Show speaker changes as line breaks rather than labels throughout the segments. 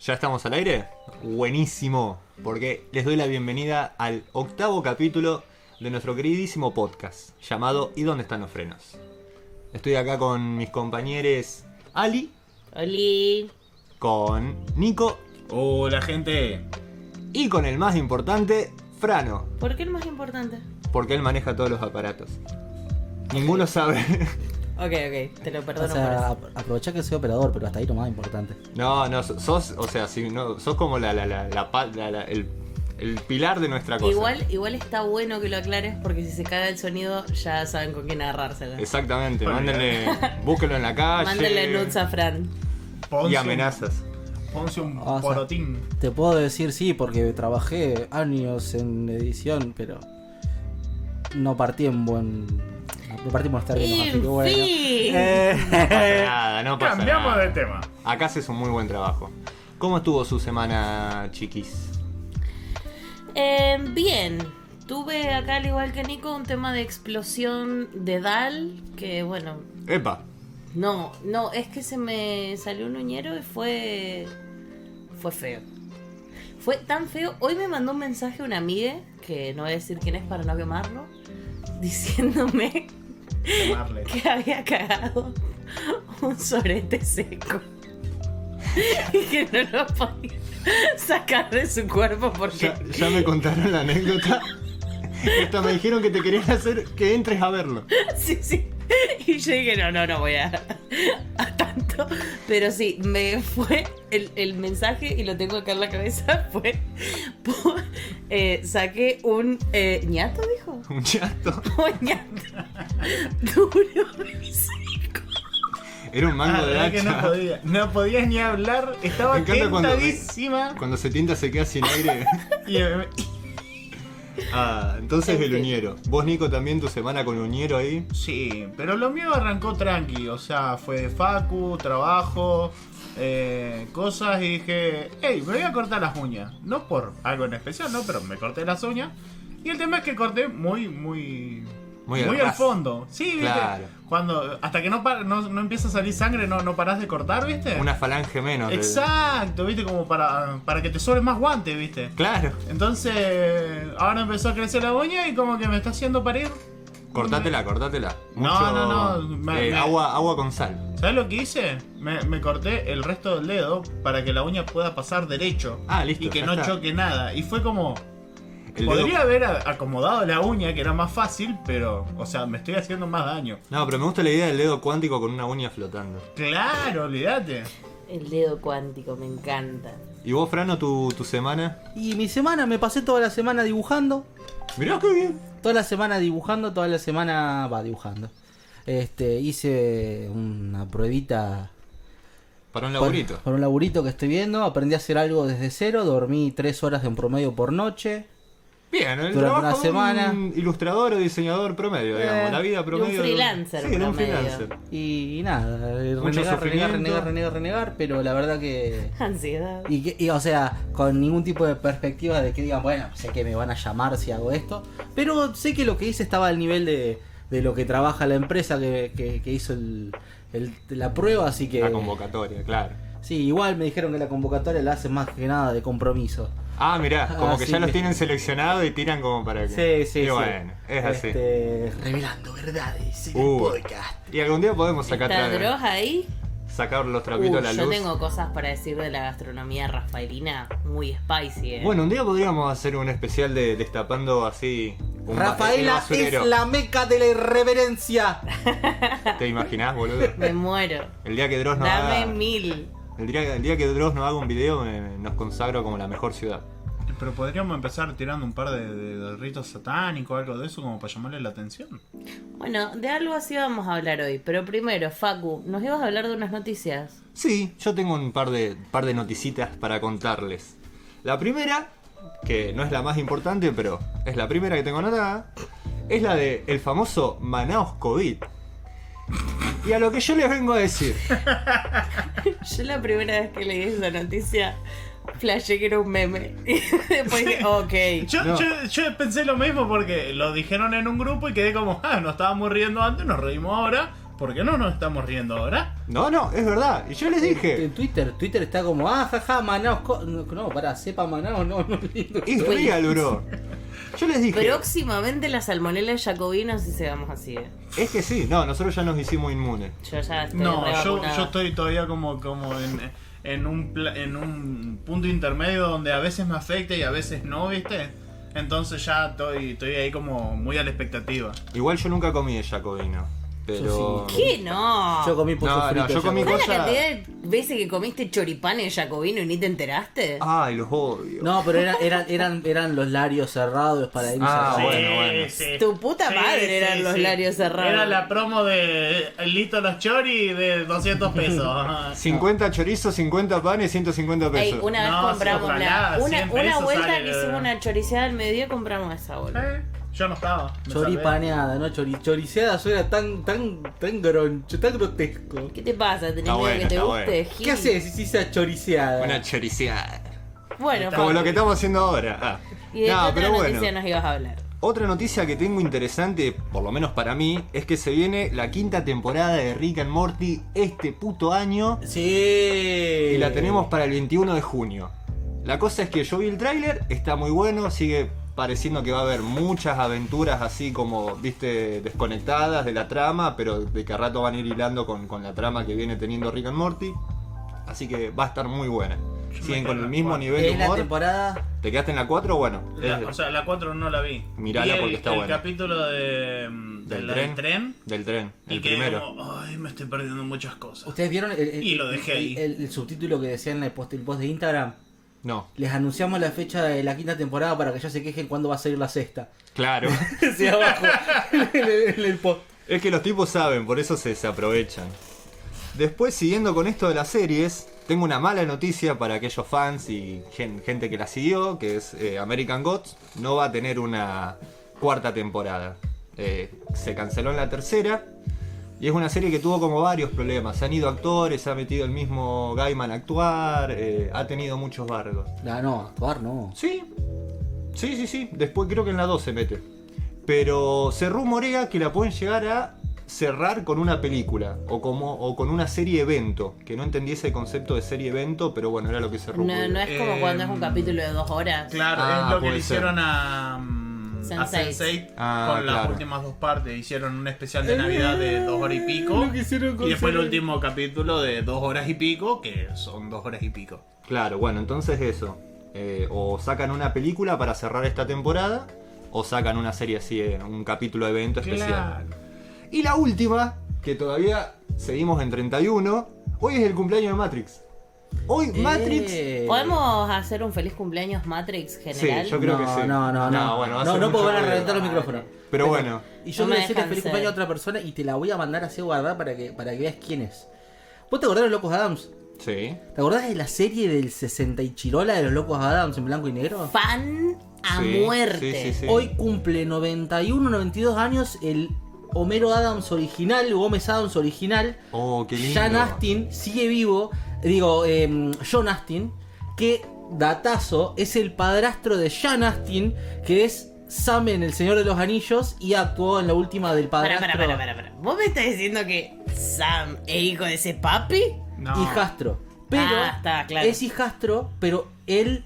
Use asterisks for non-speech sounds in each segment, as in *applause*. ¿Ya estamos al aire? Buenísimo, porque les doy la bienvenida al octavo capítulo de nuestro queridísimo podcast llamado ¿Y dónde están los frenos? Estoy acá con mis compañeros Ali,
Oli.
con Nico Uh,
Hola gente.
y con el más importante, Frano,
¿Por qué el más importante?
porque él maneja todos los aparatos. Ninguno sabe. *laughs*
Ok, ok, te lo
O
perdono
sea,
por eso.
ap- aprovechá que soy operador, pero hasta ahí lo más importante.
No, no, so- sos, o sea, si no, sos como la, la, la, la pa- la- la- el, el pilar de nuestra cosa.
Igual, igual está bueno que lo aclares porque si se caga el sonido ya saben con quién agarrársela.
Exactamente, mándenle, búsquenlo
*laughs*
en la calle.
Mándale nudes a Fran.
Y
*laughs*
amenazas.
Ponce un
O sea,
porotín.
Te puedo decir sí, porque trabajé años en edición, pero no partí en buen. No partí en buenas términos, así que
En
bueno.
fin.
No
Eh,
pasa nada, no pasa
Cambiamos
nada.
de tema.
Acá haces un muy buen trabajo. ¿Cómo estuvo su semana, chiquis?
Eh, bien, tuve acá al igual que Nico un tema de explosión de Dal que bueno,
Epa,
no, no, es que se me salió un uñero y fue... fue feo. Fue tan feo. Hoy me mandó un mensaje una amiga, que no voy a decir quién es para no quemarlo, *laughs* diciéndome
Quemarle.
que había cagado un sorete seco. *laughs* Y que no lo podía sacar de su cuerpo porque...
ya, ya me contaron la anécdota.
*laughs*
Hasta me dijeron que te querían hacer que entres a verlo.
*laughs* Sí, sí. Y yo dije, no, no, no voy a, a tanto. Pero sí, me fue el, el mensaje y lo tengo acá en la cabeza. *laughs* Fue. por- eh, saqué un. eh, ¿Ñato dijo? *laughs*
Un chato.
Un ñato. Duro y seco.
Era un mango
Ah,
de
la verdad que no
hacha.
podía. No podías ni hablar.
Me
Estaba
encanta cuando-
tentadísima.
Cuando se tienta se queda sin
*laughs*
aire.
Y, eh,
Ah, entonces
En
el
fin.
uñero. Vos, Nico, también tu semana con uñero ahí.
sí, pero lo mío arrancó tranqui. O sea, fue de facu, trabajo, eh, cosas. Y dije, hey, me voy a cortar las uñas. No por algo en especial, no, pero me corté las uñas. Y el tema es que corté muy, muy.
Muy
Muy,
al
al
ras.
fondo. Sí, viste.
Claro.
Cuando, hasta que no, par- no, no empieza a salir sangre, no, no parás de cortar, viste.
Una falange menos. de-
Exacto, viste, como para, para que te sobre más guante, viste.
Claro.
Entonces, ahora empezó a crecer la uña y como que me está haciendo parir.
Cortátela, cortátela.
No, no, no, me-
eh,
me-
Agua, agua con sal.
¿Sabes lo que hice? Me, me corté el resto del dedo para que la uña pueda pasar derecho.
Ah, listo,
Y que
ya
no
está.
choque nada. Y fue como.
El dedo-
podría haber a- acomodado la uña, que era más fácil, pero. O sea, me estoy haciendo más daño.
No, pero me gusta la idea del dedo cuántico con una uña flotando.
Claro, olvídate.
El dedo cuántico, me encanta.
¿Y vos, Frano, tu, tu semana?
y mi semana, me pasé toda la semana dibujando.
Mirá qué bien.
Toda la semana dibujando, toda la semana va dibujando. Este, hice una pruebita
Para un laburito.
Por, por un laburito que estoy viendo, aprendí a hacer algo desde cero, dormí tres horas en promedio por noche.
Bien, el
Durante
trabajo
una
de un
semana.
ilustrador o diseñador promedio, digamos.
Eh,
La vida promedio. de-
freelancer
Sí, era un
promedio.
freelancer.
Y, y nada, eh,
Mucho
renegar, renegar,
sufrimiento.
renegar, renegar, renegar, pero la verdad que...
Ansiedad.
Y, que- y, o sea, con ningún tipo de perspectiva de que digan, bueno, sé que me van a llamar si hago esto, pero sé que lo que hice estaba al nivel de, de lo que trabaja la empresa que, que- que hizo el- el- la prueba, así que...
La convocatoria, claro.
Sí, igual me dijeron que la convocatoria la hacen más que nada de compromiso.
Ah, mirá, como
Ah,
que
sí,
ya los
que-
tienen seleccionados y tiran como para que.
Sí, sí,
Y
sí.
bueno, es así.
Este, Revelando verdades en
Uh.
el podcast.
Y algún día podemos sacar,
¿Está
tra-
Dross ahí?
sacar los
Uy,
trapitos a la
yo
luz.
tengo cosas para decir de la gastronomía rafaelina muy spicy. eh.
Bueno, un día podríamos hacer un especial de destapando así. un ba- el
Rafaela es
basurero.
la meca de la irreverencia.
¿Te imaginás, boludo?
me muero.
El día que Dross nos
Dame
haga.
mil.
El día, el día que Dross nos haga un video, me- me- nos consagro como la mejor ciudad.
Pero podríamos empezar tirando un par de, de, de ritos satánicos, algo de eso, como para llamarle la atención.
Bueno, de algo así vamos a hablar hoy. Pero primero, Facu, nos ibas a hablar de unas noticias.
Sí, yo tengo un par de, par de noticitas para contarles. La primera, que no es la más importante, pero es la primera que tengo anotada, es la de el famoso Manaus COVID. Y a lo que yo les vengo a decir,
*laughs* Yo la primera vez que leí esa noticia, flashé que era un meme. *laughs* Y después dije, ok.
Yo,
No.
yo- yo pensé lo mismo porque lo dijeron en un grupo y quedé como, ah, nos estábamos riendo antes, nos reímos ahora, ¿Por qué no nos estamos riendo ahora?
No, no, es verdad. Y yo les
En
dije,
Twitter, Twitter está como, ah, jaja, Manaos. co- No, no, pará, sepa Manaos, no, no lindo.
es real, bro. Yo les dije,
Próximamente la salmonela jacobina si se vamos así. eh.
es que sí, no, nosotros ya nos hicimos inmunes.
Yo ya estoy
No, yo,
revacunada.
yo estoy todavía como, como en, en, un pla- en un punto intermedio donde a veces me afecta y a veces no, ¿viste? Entonces ya estoy, estoy ahí como muy a la expectativa.
Igual yo nunca comí el jacobino. Pero.
Yo sí.
¿Qué no?
Yo comí pollo
No, no,
frito.
yo
ya,
comí
boludo.
¿Sabes
cosa-
la cantidad de veces que comiste choripanes jacobino y ni te enteraste?
Ay, los odio.
No, pero era- eran, eran, eran los larios cerrados para irse
Ah,
a
bueno, bueno.
Tu puta madre eran los larios cerrados.
Era la promo de Lito los Chori de *laughs* 200 pesos.
50 chorizos, 50 panes, 150
Ey,
pesos.
una vez
No,
compramos
sí,
la-
ojalá,
una,
100
una
pesos
vuelta
sale,
que
la-
hicimos una choriceada al mediodía compramos esa bola.
Eh, Yo no estaba. me
Choripaneada, ¿no? Chori, choriceada suena tan, tan, tan groncho, tan grotesco.
¿Qué te pasa? ¿Tenés
Está
miedo
bueno,
que te
está
guste?
bueno.
Gil?
¿Qué haces si esa choriceada?
Una choriceada.
Bueno,
Como
Facu,
lo que estamos haciendo ahora. Ah.
Y de
No,
qué otra
pero
noticia
bueno.
nos ibas a hablar.
Otra noticia que tengo interesante, por lo menos para mí, es que se viene la quinta temporada de Rick and Morty este puto año.
Sí.
Y
Eh.
la tenemos para el 21 de junio. La cosa es que yo vi el tráiler, está muy bueno, sigue pareciendo que va a haber muchas aventuras así como, viste, desconectadas de la trama, pero de que a rato van a ir hilando con, con la trama que viene teniendo Rick and Morty. Así que va a estar muy buena.
me
Siguen
quedo
con
en
el
la
mismo
cuatro.
nivel
Es
de
la
humor.
temporada.
¿Te quedaste en la 4? Bueno,
La-
es
o sea, la 4 no la vi.
Mirala
Vi el,
porque está
el
buena.
capítulo de, mm, de
del,
la
tren,
del tren.
Del tren,
Y
el
quedé
primero.
como, ay, me estoy perdiendo muchas cosas.
¿Ustedes vieron el, el-
Y lo dejé ahí.
el- el subtítulo que decía en el post, el post de Instagram?
No,
Les anunciamos la fecha de la quinta temporada para que ya se quejen cuándo va a salir la sexta.
claro.
Sí, abajo. *laughs* en, el, en el post.
Es que los tipos saben, por eso se, se aprovechan. Después, siguiendo con esto de las series, tengo una mala noticia para aquellos fans y gen- gente que la siguió, que es eh, American Gods, no va a tener una cuarta temporada. Eh, se canceló en la tercera. Y es una serie que tuvo como varios problemas. Se han ido actores, se ha metido el mismo Gaiman a actuar, eh, ha tenido muchos bargos.
No, no, actuar no.
Sí, sí, sí, sí. Después creo que en la 2 se mete. Pero se rumorea que la pueden llegar a cerrar con una película o, como, o con una serie evento. Que no entendí ese concepto de serie evento, pero bueno, era lo que em, se rumoreó.
No, no es como
Eh,
cuando es un capítulo de dos horas.
Claro,
Ah,
es lo que
puede
le
ser.
hicieron a, mm, a
Sense8.
Sense8
Ah,
con las
claro.
últimas dos partes. Hicieron un especial de Navidad de dos horas y pico.
Lo que hicieron con
Y después el
Sense8.
último capítulo de dos horas y pico, que son dos horas y pico.
Claro, bueno, entonces eso. Eh, o sacan una película para cerrar esta temporada, o sacan una serie así, eh, un capítulo evento especial. Y la última, que todavía seguimos en 31, hoy es el cumpleaños de Matrix. Hoy Matrix
Eh.
¿Podemos hacer un feliz cumpleaños Matrix general?
Sí, yo creo
no,
que sí.
No, no, no.
bueno, va a
no,
ser
no
mucho
porque van a
ruido.
reventar los micrófonos.
Pero bueno.
Y yo
No
quiero
me
decirle
dejan
feliz
ser.
cumpleaños a otra persona y te la voy a mandar así guardar para que, para que veas quién es. ¿Vos te acordás de los Locos Adams?
Sí.
¿Te acordás de la serie del 60 y Chirola de los Locos Adams en blanco y negro?
Fan a
Sí,
muerte.
sí, sí, sí.
Hoy cumple 91, 92 años el Homero Adams original, Gómez Adams original.
Oh, qué lindo.
Jan Astin sigue vivo, digo, em, John Astin, que datazo es el padrastro de Jan Astin, que es Sam en El Señor de los Anillos y actuó en la última del
Para,
padrastro
para, para, para, para. ¿Vos me estás diciendo que Sam es hijo de ese papi?
No.
hijastro. Pero
Ah, está, claro.
es hijastro, pero él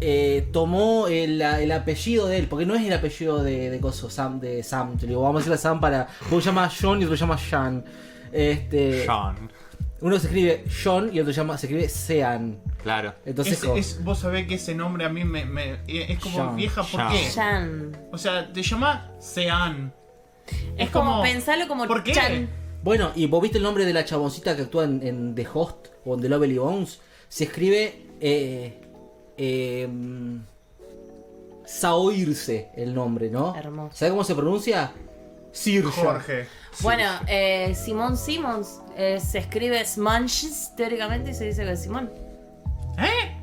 eh, tomó el, el apellido de él, porque no es el apellido de, de coso, Sam, de Sam, te digo, vamos a decirle a Sam para. Uno se llama John y otro se llama Sean.
eh.
Este,
Sean.
Uno se escribe John y otro se llama, se escribe Sean.
Claro.
Entonces,
Es-
como-
es- vos sabés que ese nombre a mí me, me- es como
Sean,
vieja, ¿por
Sean.
qué?
Chan.
O sea, te llama Sean.
Es como, pensalo como
¿Por qué?
Chan.
Bueno, y vos viste el nombre de la chaboncita que actúa en, en The Host o en The Lovely Bones. Se escribe. Eh, eh, mm, Saoirse el nombre, ¿no?
Hermoso.
¿Sabes cómo se pronuncia? Sirja.
Jorge.
Bueno, eh, Simón Simons eh, se escribe Smanches teóricamente y se dice que es Simón.
¿Eh?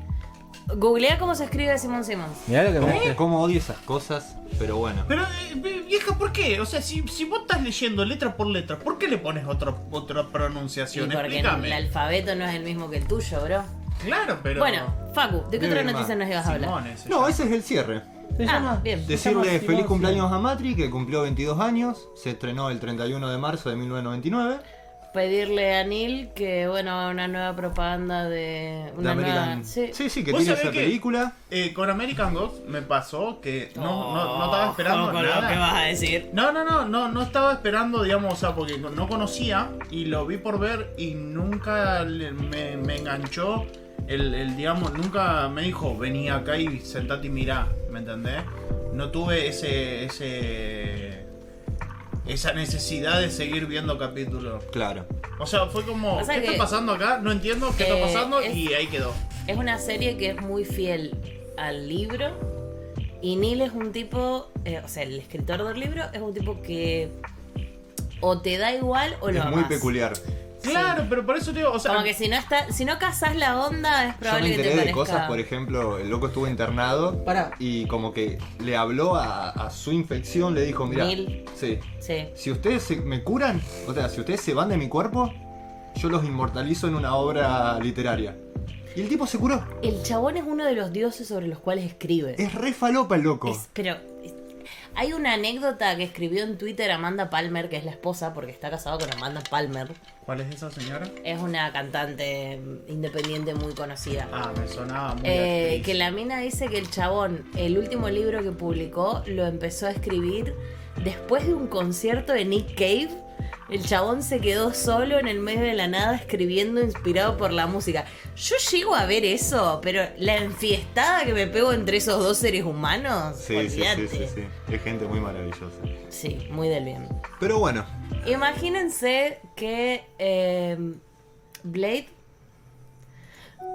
Googlea cómo se escribe Simón Simons.
Mirá lo que me
¿Cómo, cómo odio esas cosas? Pero bueno.
Pero, eh, vi- vieja, ¿por qué? O sea, si, si vos estás leyendo letra por letra, ¿por qué le pones otro, otra
Sí,
pronunciación?
porque el
Explícame.
alfabeto no es el mismo que el tuyo, bro.
Claro, pero.
Bueno, Facu, ¿de qué
Debe
otra
ir más.
noticia nos ibas a hablar?
Simone se
No,
llama.
ese es el cierre.
Se
Ah,
llama-
bien.
se llama
Decirle
Simón
feliz cumpleaños
Simón.
a Matri, que cumplió 22 años, se estrenó el 31 de marzo de 1999.
Pedirle a Neil que, bueno, haga una nueva propaganda de.
de
Una
American.
nueva. Sí.
sí, que
¿Vos
tiene
sabés
esa
que-
película.
Eh, con American Gods me pasó que no, no, no estaba esperando
Ojo Oh, con
nada.
lo que vas a decir?
No, no, no, no, no estaba esperando, digamos, o sea, porque no conocía y lo vi por ver y nunca le- me, me enganchó el, el, digamos, nunca me dijo, vení acá y sentate y mirá, ¿me entendés? No tuve ese, ese, esa necesidad de seguir viendo capítulos.
Claro.
O sea, fue como,
O sea
¿qué
que-
está pasando acá? No entiendo qué
Eh,
está pasando
es-
y ahí quedó.
Es una serie que es muy fiel al libro. Y Neil es un tipo. eh, o sea, el escritor del libro es un tipo que. O te da igual o lo
es muy
amás.
peculiar.
Claro, pero por eso te digo, o sea,
Como que si no está, si no casás la onda, es
Yo
probable
me
que te
enteré
parezca.
de cosas, por ejemplo, el loco estuvo internado
Pará.
y como que le habló a, a su infección, le dijo, mira,
Neil.
sí,
Sí.
si ustedes se- me curan, o sea, si ustedes se van de mi cuerpo, yo los inmortalizo en una obra literaria. Y el tipo se curó.
El chabón es uno de los dioses sobre los cuales escribe.
Es re falopa el loco.
Es- pero es- hay una anécdota que escribió en Twitter Amanda Palmer, que es la esposa, porque está casado con Amanda Palmer.
¿cuál es esa señora?
Es una cantante mm, independiente muy conocida.
Ah, me sonaba muy
Eh,
actriz.
que la mina dice que el chabón, el último libro que publicó, lo empezó a escribir después de un concierto de Nick Cave. El chabón se quedó solo en el medio de la nada escribiendo inspirado por la música. Yo llego a ver eso, pero la enfiestada que me pego entre esos dos seres humanos.
Sí, sí, sí,
olvídate.
sí, sí. Es gente muy maravillosa.
Sí, muy del bien.
Pero bueno,
Imagínense que eh, Blade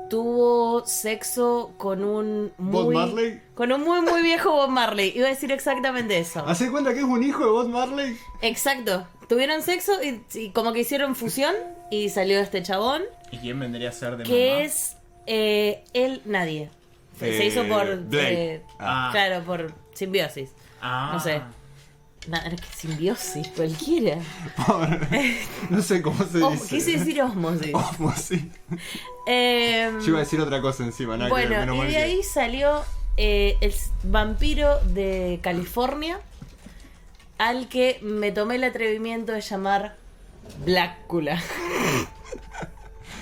tuvo sexo con un muy,
Bob Marley.
con un muy muy viejo Bob Marley. Iba a decir exactamente eso.
¿hace cuenta que es un hijo de Bob Marley? *laughs*
Exacto. Tuvieron sexo y, y como que hicieron fusión y salió este chabón
¿Y quién vendría a ser de
que
mamá?
es eh, él nadie. Se
Eh,
hizo por
Blade.
eh,
Ah.
claro por simbiosis.
Ah.
No sé. Nada, es que simbiosis cualquiera.
no sé cómo se
Oh,
dice.
quise
*laughs*
decir osmosis.
Osmo, sí.
Em,
Yo iba a decir otra cosa encima, nada que ver,
bueno,
menos
y
mal
de
que-
ahí salió eh, el s- vampiro de California, al que me tomé el atrevimiento de llamar Blácula. *laughs*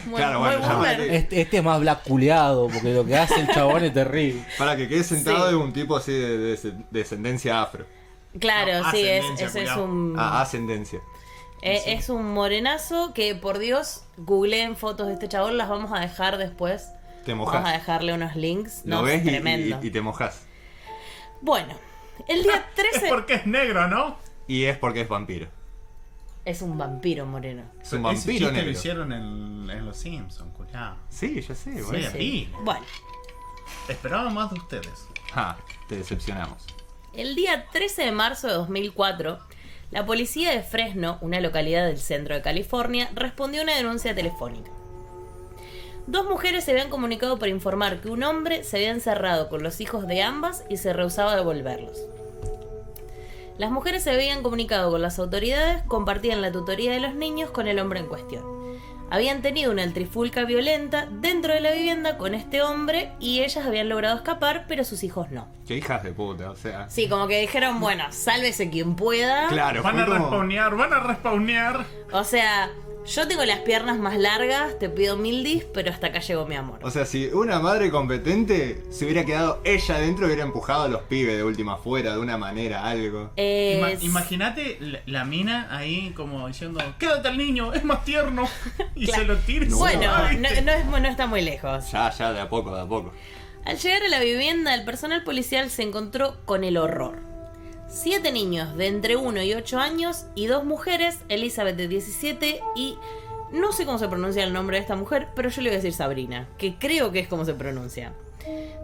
Muy-
Claro,
muy
bueno,
boomer.
llámale.
Este, este es más blaculeado, porque lo que hace el chabón es terrible.
Para que quede sentado
Sí.
es un tipo así de, de- de descendencia afro.
Claro,
No,
sí, es,
ascendencia,
ese es
cuidado.
un,
Ah, ascendencia.
eh, es un morenazo que, por Dios, googleen fotos de este chabón, las vamos a dejar después.
Te
Vamos a
mojas.
dejarle unos links.
Lo
No,
ves
es
y- y-
tremendo.
y te mojas.
Bueno,
*laughs*
el día 13
Es porque es negro, ¿no?
Y es porque es vampiro.
es un vampiro moreno.
Es un
Ese
vampiro
chiste lo
negro.
hicieron en, en Los Simpsons, culiao.
Sí, ya sé, boludo.
Sí. Bien.
Bueno,
Esperaba más de ustedes.
Ja, te decepcionamos.
el día 13 de marzo de 2004, la policía de Fresno, una localidad del centro de California, respondió a una denuncia telefónica. Dos mujeres se habían comunicado para informar que un hombre se había encerrado con los hijos de ambas y se rehusaba a devolverlos. Las mujeres se habían comunicado con las autoridades, compartían la tutoría de los niños con el hombre en cuestión. Habían tenido una trifulca violenta dentro de la vivienda con este hombre y ellas habían logrado escapar, pero sus hijos no.
Qué hijas de puta, o sea.
Sí, como que dijeron, bueno, sálvese quien pueda.
Claro,
Van
fue
a
como-
respawnear, van a respawnear.
O sea, yo tengo las piernas más largas, te pido mil dis, pero hasta acá llegó mi amor.
O sea, si una madre competente se hubiera quedado ella dentro y hubiera empujado a los pibes de última afuera, de una manera, algo.
Es-
Ima- Imagínate la, la mina ahí como diciendo, quédate al niño, es más tierno. *laughs* Y
Claro.
se lo tira. y se
bueno,
va,
no,
¿viste?
no es- no está muy lejos.
Ya, ya, de a poco, de a poco.
Al llegar a la vivienda, el personal policial se encontró con el horror. Siete niños de entre 1 y 8 años y dos mujeres, Elizabeth de 17 y... No sé cómo se pronuncia el nombre de esta mujer, pero yo le voy a decir Sabrina, que creo que es como se pronuncia.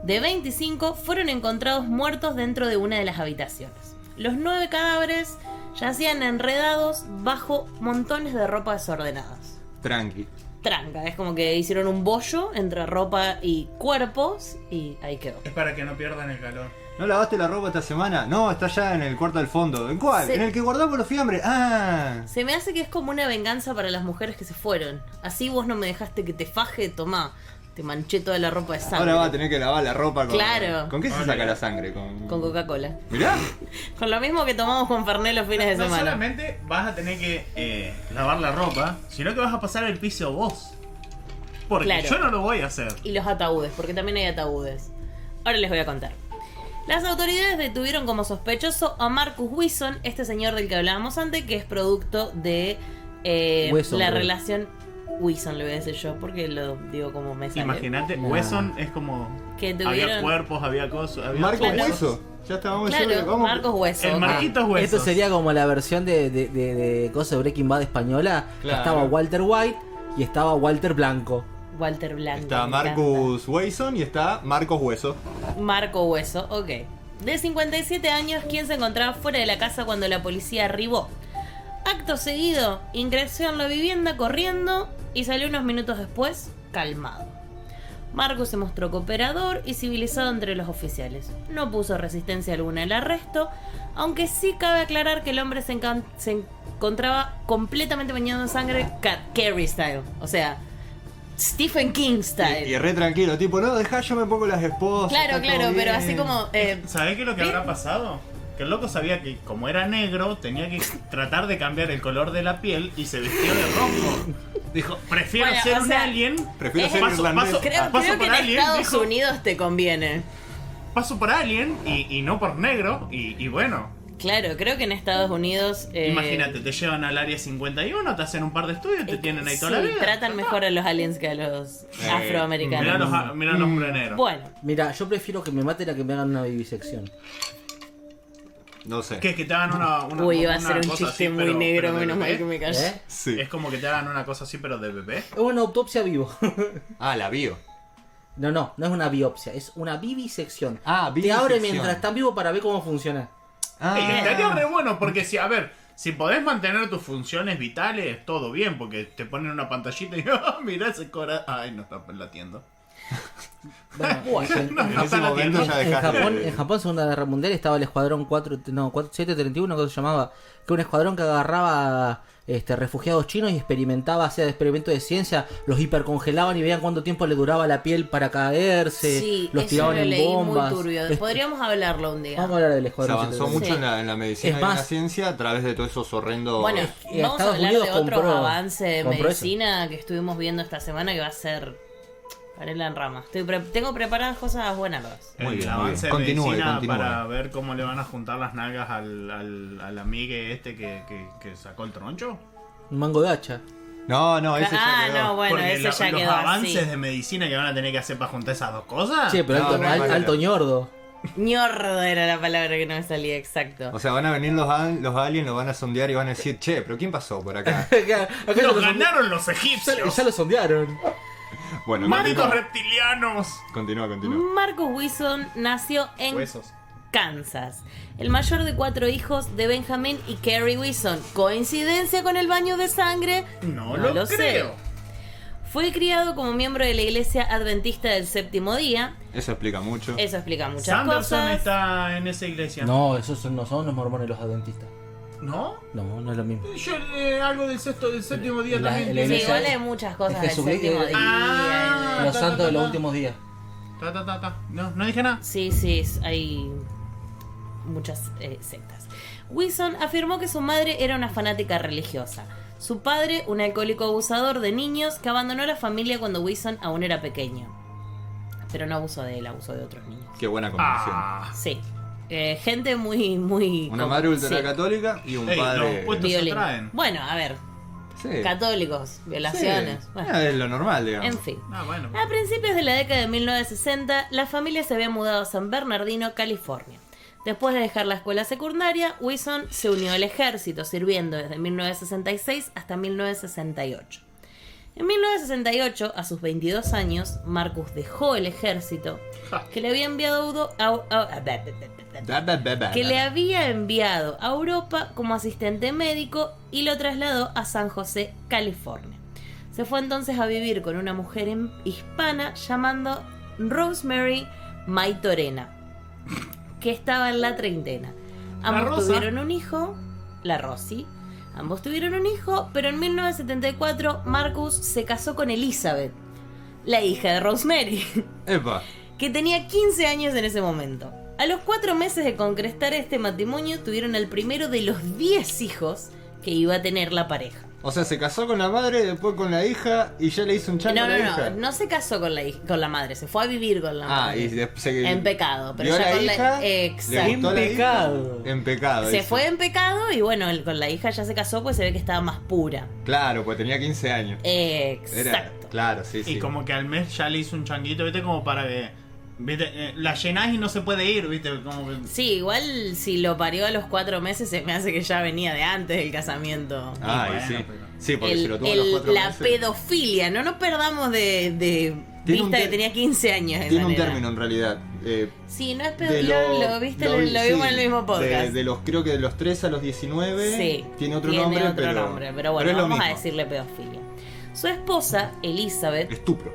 De 25 fueron encontrados muertos dentro de una de las habitaciones. Los nueve cadáveres yacían enredados bajo montones de ropa desordenadas
Tranqui.
tranca. Es como que hicieron un bollo entre ropa y cuerpos y ahí quedó.
Es para que no pierdan el calor.
¿No lavaste la ropa esta semana? No, está allá en el cuarto al fondo. ¿En cuál?
Sí.
En el que guardamos los fiambres. Ah.
Se me hace que es como una venganza para las mujeres que se fueron. Así vos no me dejaste que te faje, tomá. Te manché toda la ropa de sangre.
Ahora va a tener que lavar la ropa con.
Claro.
¿Con qué se
Ahora.
saca la sangre? Con.
Con Coca-Cola.
Mirá.
Con lo mismo que tomamos con Fernet los fines de
No
semana.
solamente vas a tener que eh, lavar la ropa, sino que vas a pasar el piso vos. Porque
Claro.
yo no lo voy a hacer.
y los ataúdes, porque también hay ataúdes. Ahora les voy a contar. Las autoridades detuvieron como sospechoso a Marcus Wilson, este señor del que hablábamos antes, que es producto de eh,
Wilson,
la
bro.
relación Wilson, le voy a decir yo, porque lo digo como me sale.
Imagínate,
No.
Wesson es como.
Que
Había
tuvieron-
cuerpos, había cosas. Había
Marcos
Claro.
Hueso. Ya está, vamos a
Claro,
vamos-
Marcos Hueso.
El
Ah.
Marquitos Huesos.
Esto sería como la versión de, de, de, de cosa de Breaking Bad española. que
Claro.
Estaba Walter White y estaba Walter Blanco.
Ah, Walter Blanco.
Está
me
Marcus Wason y está Marcos Hueso.
Marco Hueso, ok. De 57 años, quien se encontraba fuera de la casa cuando la policía arribó. Acto seguido, ingresó en la vivienda corriendo y salió unos minutos después calmado. Marco se mostró cooperador y civilizado entre los oficiales. No puso resistencia alguna al arresto, aunque sí cabe aclarar que el hombre se, encan- se encontraba completamente bañado en sangre Cat Carey style. O sea, Stephen King style.
Y, y re tranquilo, tipo, no, deja yo me pongo las esposas.
Claro,
está todo
claro, pero
bien.
así como... eh,
¿Sabés qué es lo que habrá pasado? Que el loco sabía que como era negro, tenía que tratar de cambiar el color de la piel y se vistió de rojo. Dijo, prefiero
Bueno,
ser
o
un
sea,
alien.
Prefiero
Es
ser
paso-
irlandés.
paso-
Creo,
Ah, paso
creo que
por
en
alguien,
Estados
dijo.
Unidos te conviene.
Paso por alien y, y no por negro. Y, y bueno,
Claro, creo que en Estados Unidos. eh,
imagínate, te llevan al área 51, te hacen un par de estudios, te
eh,
tienen ahí
sí,
toda la vida.
tratan mejor a los aliens que a los
Eh,
Mirá
afroamericanos.
los, a- mirá
Mm.
los hombres negros.
Bueno,
Mira, yo prefiero que me maten a que me hagan una vivisección.
No sé.
Que es que te hagan una. una
uy, iba a
una
ser un
cosa
chiste
así,
muy
pero-
negro,
pero de
menos mal
bebé.
que me callé.
¿Eh?
Sí.
Es como que te hagan una cosa así, pero de bebé.
Es una autopsia vivo. *laughs*
Ah, la bio.
No, no, no es una biopsia, es una vivisección.
Ah,
Te
vivisección.
abre mientras estás vivo para ver cómo funciona.
Ah,
Y estaría re bueno, porque si, a ver, si podés mantener tus funciones vitales, todo bien, porque te ponen una pantallita y *laughs* ah, mirá ese corazón. Ay, no está latiendo.
Bueno,
*laughs*
en,
No,
en ese
no está latiendo.
momento ya
en
dejaste.
Japón, en Japón, Segunda Guerra Mundial, estaba el escuadrón 4, no, 4 731, que se llamaba, que un escuadrón que agarraba este, refugiados chinos y experimentaba, hacía experimentos de ciencia, los hipercongelaban y veían cuánto tiempo le duraba la piel para caerse,
sí, eso
los
lo
tiraban en
leí
bombas.
muy turbio.
Es-
Podríamos hablarlo un día.
Vamos a hablar del
Se
escuadrón.
avanzó
731.
mucho
Sí.
en, la, en la medicina
Es
y en la
más-
ciencia a través de todos esos horrendos.
Bueno,
Eh,
vamos a
Estados
hablar
Unidos
de otros
compró-
avances de
compró eso.
medicina que estuvimos viendo esta semana que va a ser. Canela en rama. Estoy pre- tengo preparadas cosas buenas. nuevas.
Muy
el
bien, muy bien.
avance de
Continúe,
medicina
continúe.
para ver cómo le van a juntar las nalgas al, al, al amigue este que, que, que sacó el troncho.
Un mango de hacha.
No, no, ese
Ah,
ya quedó.
no, bueno,
Porque
eso
la-
ya
los
quedó
avances
así.
de medicina que van a tener que hacer para juntar esas dos cosas.
Che, pero
No,
alto,
no,
al-
no, no.
alto ñordo.
Ñordo era la palabra que no me salía, exacto.
O sea, van a venir los, al- los aliens, los van a sondear y van a decir, che, pero ¿quién pasó por
*laughs*
acá?
Acá- acá ya
¡Nos
lo
ganaron los
sondi- ya-
egipcios!
ya lo sondearon.
Bueno,
¡Malditos
continúa.
reptilianos!
Continúa, continúa.
Marcus Wilson nació en
Huesos.
Kansas, el mayor de cuatro hijos de Benjamin y Carrie Wilson. ¿Coincidencia con el baño de sangre?
No, lo,
lo sé.
creo.
Fue criado como miembro de la iglesia adventista del séptimo día.
Eso explica mucho.
Eso explica muchas
Sanderson
cosas.
está en esa iglesia.
No, esos son- no son los mormones los adventistas.
¿No?
No, no es lo mismo.
Yo eh, algo del sexto, del séptimo día
La-
también.
la
Sí,
iglesia-
igual hay muchas cosas
Es
del
Jesucristo.
séptimo día.
Ah.
Los
ta,
santos
ta,
de los
ta.
últimos días.
Ta, ta, ta, ta. No, no dije nada.
Sí, sí, es- hay muchas eh, sectas. Wilson afirmó que su madre era una fanática religiosa. Su padre, un alcohólico abusador de niños que abandonó la familia cuando Wilson aún era pequeño. Pero no abusó de él, abusó de otros niños.
Qué buena combinación.
Ah.
Sí. Eh, gente muy, muy...
Una
como-
madre
sí,
ultracatólica y un
Ey,
padre.
los puestos- se
violenta.
traen.
Bueno, a ver,
Sí.
católicos, violaciones.
Sí.
bueno,
Ah, es lo normal, digamos.
en fin.
Ah, bueno.
A principios de la década de 1960, la familia se había mudado a San Bernardino, California. Después de dejar la escuela secundaria, Wilson se unió al ejército, sirviendo desde 1966 hasta 1968. En 1968, a sus 22 años, Marcus dejó el ejército que le había enviado a- a- a-
Da, da, da, da,
que
da.
le había enviado a Europa como asistente médico y lo trasladó a San José, California. Se fue entonces a vivir con una mujer en- hispana llamando Rosemary Maitorena, que estaba en la treintena. Ambos
Rosa.
tuvieron un hijo, la Rosy. Ambos tuvieron un hijo, pero en 1974 Marcus se casó con Elizabeth, la hija de Rosemary,
Epa.
que tenía 15 años en ese momento. A los cuatro meses de concretar este matrimonio, tuvieron el primero de los 10 hijos que iba a tener la pareja.
O sea, se casó con la madre, después con la hija y ya le hizo un chango
No,
a la
no,
hija.
no, no se casó con la, hij- con la madre, se fue a vivir con la
Ah,
madre.
y después se-
En pecado, pero
vio a
ya
la
con la-
hija, le
Exacto.
gustó a la
En
hija,
pecado.
En pecado.
Se
dice.
fue en pecado y bueno, el- con la hija ya se casó, pues se ve que estaba más pura.
Claro, pues tenía 15 años. Era-
Exacto.
Claro, sí, sí.
Y como que al mes ya le hizo un changuito, ¿viste? Como para que. ¿viste? Eh, La llenás y no se puede ir, ¿viste? Como que.
Sí, igual si lo parió a los cuatro meses se me hace que ya venía de antes del casamiento.
Ah, y
Y bueno,
sí.
pero-
Sí, porque
El-
se lo tuvo a
el-
los cuatro
la
meses.
pedofilia, no nos perdamos de, de
Tiene un
vista que
ter-
tenía 15 años.
Tiene
esa
un
nena.
término en realidad. eh,
Sí, no
de
es pedofilia, lo, viste, lo,
vi-
lo vimos
sí,
en el mismo podcast.
De, de los, creo que de los 3 a los 19.
Sí,
Tiene otro nombre,
otro
pero.
nombre, pero bueno,
es lo
vamos a
mismo.
decirle pedofilia. Su esposa, Elizabeth,
Estupro.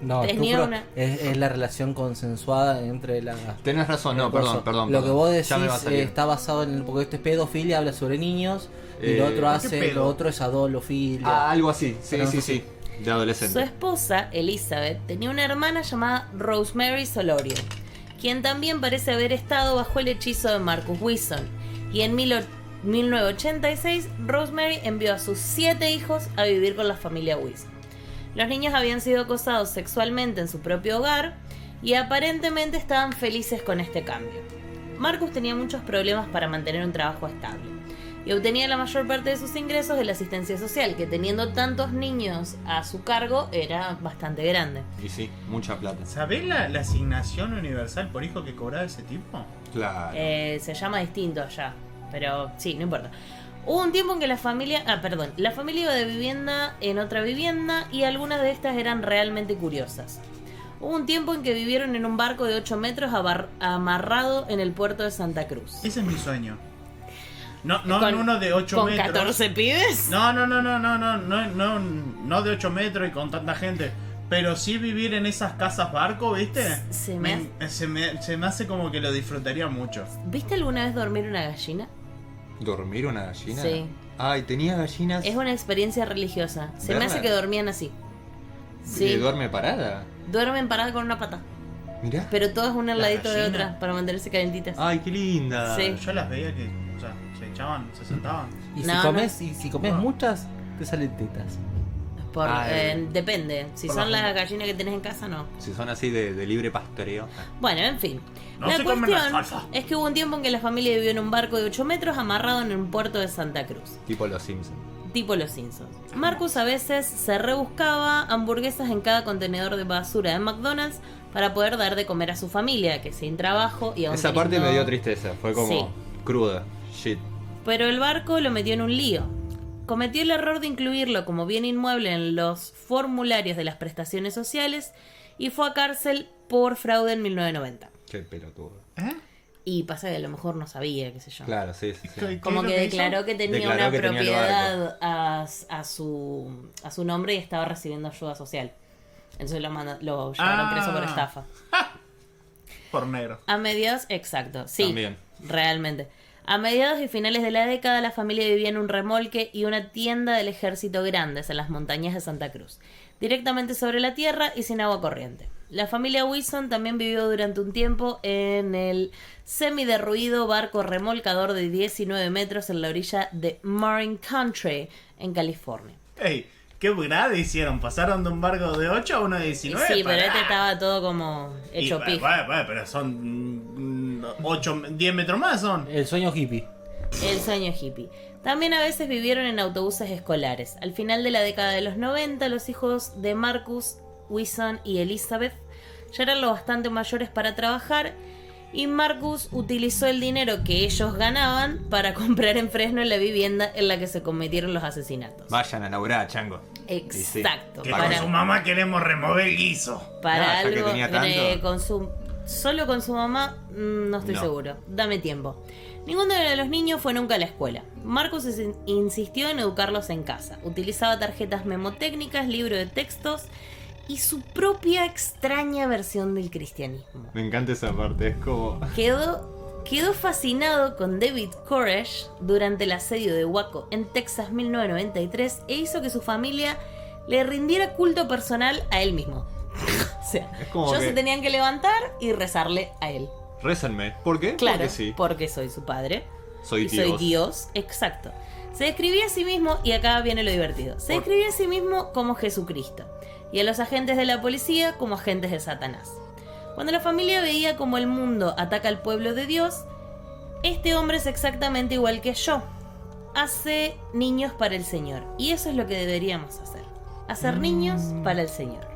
No,
Tenía
estupro
una-
es, es la relación consensuada entre las.
Tenés razón, no,
Por
perdón,
eso,
perdón.
Lo
perdón.
que vos decís
Ya me va a salir.
eh, está basado en. Porque esto es pedofilia, habla sobre niños. y
Eh,
lo otro
¿qué
hace.
pedo?
Lo otro es adolofilia.
Ah, algo así. Sí,
Perdón,
sí,
sí.
sí. De
su
adolescente.
esposa, Elizabeth, tenía una hermana llamada Rosemary Solorio, quien también parece haber estado bajo el hechizo de Marcus Wilson. Y en mil o- 1986, Rosemary envió a sus siete hijos a vivir con la familia Wilson. Los niños habían sido acosados sexualmente en su propio hogar y aparentemente estaban felices con este cambio. Marcus tenía muchos problemas para mantener un trabajo estable y obtenía la mayor parte de sus ingresos de la asistencia social, que teniendo tantos niños a su cargo era bastante grande.
Y sí, mucha plata.
¿Sabés la, la asignación universal por hijo que cobraba ese tipo?
Claro.
Eh, se llama distinto allá, pero sí, no importa. Hubo un tiempo en que la familia, ah, perdón, la familia iba de vivienda en otra vivienda y algunas de estas eran realmente curiosas. Hubo un tiempo en que vivieron en un barco de 8 metros abar- amarrado en el puerto de Santa Cruz.
Ese es mi sueño. No, no
Con-
en uno de 8
¿Con
metros.
14 pibes?
No, no, no, no, no, no, no, no, no de 8 metros y con tanta gente. Pero sí vivir en esas casas barco, ¿viste?
Se me
se me- se me hace como que lo disfrutaría mucho.
¿Viste alguna vez dormir una gallina?
¿Dormir una gallina?
Sí.
Ay, tenía gallinas.
Es una experiencia religiosa. Se me hace
Bernard.
que dormían así.
que
Sí.
duerme parada.
Duermen paradas con una pata.
Mirá.
Pero todas una al
¿La
ladito de
gallina?
otra para mantenerse calentitas.
Ah.
Ay, qué linda.
Sí.
Yo las veía que, o sea, se echaban, se sentaban.
y,
no,
si
no.
comes, y si comes
Ah.
No.
muchas, te salen tetas.
Por,
Ay.
eh, depende. Si
Ah, Por
son
la-
las gallinas que tenés en casa, no.
Si son así de, de libre pastoreo.
Bueno, en fin.
No
la
se comen la
cuestión
salsa.
es que hubo un tiempo en que la familia vivió en un barco de 8 metros amarrado en un puerto de Santa Cruz.
Tipo los Simpsons.
tipo los Simpsons. Marcus a veces se rebuscaba hamburguesas en cada contenedor de basura de McDonald's para poder dar de comer a su familia, que sin trabajo y aún
Esa parte
teniendo-
me dio tristeza. Fue como
Sí.
cruda. Shit.
Pero el barco lo metió en un lío. Cometió el error de incluirlo como bien inmueble en los formularios de las prestaciones sociales y fue a cárcel por fraude en 1990.
Qué pelotudo.
¿Eh?
Y pasa que a lo mejor no sabía, qué sé yo.
Claro, sí, sí. sí.
¿Qué- qué
Como
es lo
que
hizo?
declaró que tenía
Declaró
una
que tenía el
propiedad a, a su, a su nombre y estaba recibiendo ayuda social. Entonces lo, manda- lo llevaron
Ah.
preso por estafa.
Por negro.
A mediados, exacto, sí.
También.
Realmente. A mediados y finales de la década, la familia vivía en un remolque y una tienda del ejército grandes en las montañas de Santa Cruz, directamente sobre la tierra y sin agua corriente. La familia Wilson también vivió durante un tiempo en el semiderruido barco remolcador de 19 metros en la orilla de Marin Country, en California.
Ey, qué grave hicieron. Pasaron de un barco de 8 a uno de
Y
19.
sí, pero
pará.
este estaba todo como
Y
hecho
va-
pija.
va- va, pero son 8, 10 metros más son.
El sueño hippie.
El sueño hippie. También a veces vivieron en autobuses escolares. Al final de la década de los 90, los hijos de Marcus, Wilson y Elizabeth ya eran lo bastante mayores para trabajar y Marcus utilizó el dinero que ellos ganaban para *laughs* comprar en Fresno la vivienda en la que se cometieron los asesinatos.
Vayan a laburar, chango.
Exacto.
Y
Que
sí.
con
Para-
su mamá queremos remover el guiso.
Para
Ah, ya que
algo
tenía tanto.
eh, con su- solo con su mamá, mm, no estoy
No.
seguro. Dame tiempo. Ninguno de los niños fue nunca a la escuela. Marcus es- insistió en educarlos en casa. Utilizaba tarjetas memotécnicas, libro de textos y su propia extraña versión del cristianismo.
Me encanta esa parte. Es como.
Quedó, quedó fascinado con David Koresh durante el asedio de Waco en Texas 1993 e hizo que su familia le rindiera culto personal a él mismo. *laughs* O sea,
Es como
ellos
que-
se tenían que levantar y rezarle a él.
Récenme. ¿Por qué?
Claro,
Porque sí.
porque soy su padre.
Soy
y
Dios.
soy Dios, exacto. Se describía a sí mismo, y acá viene lo divertido, se
Por-
describía a sí mismo como Jesucristo, y a los agentes de la policía como agentes de Satanás. Cuando la familia veía como el mundo ataca al pueblo de Dios, este hombre es exactamente igual que yo. Hace niños para el Señor, y eso es lo que deberíamos hacer.
Mm.
Hacer niños para el Señor.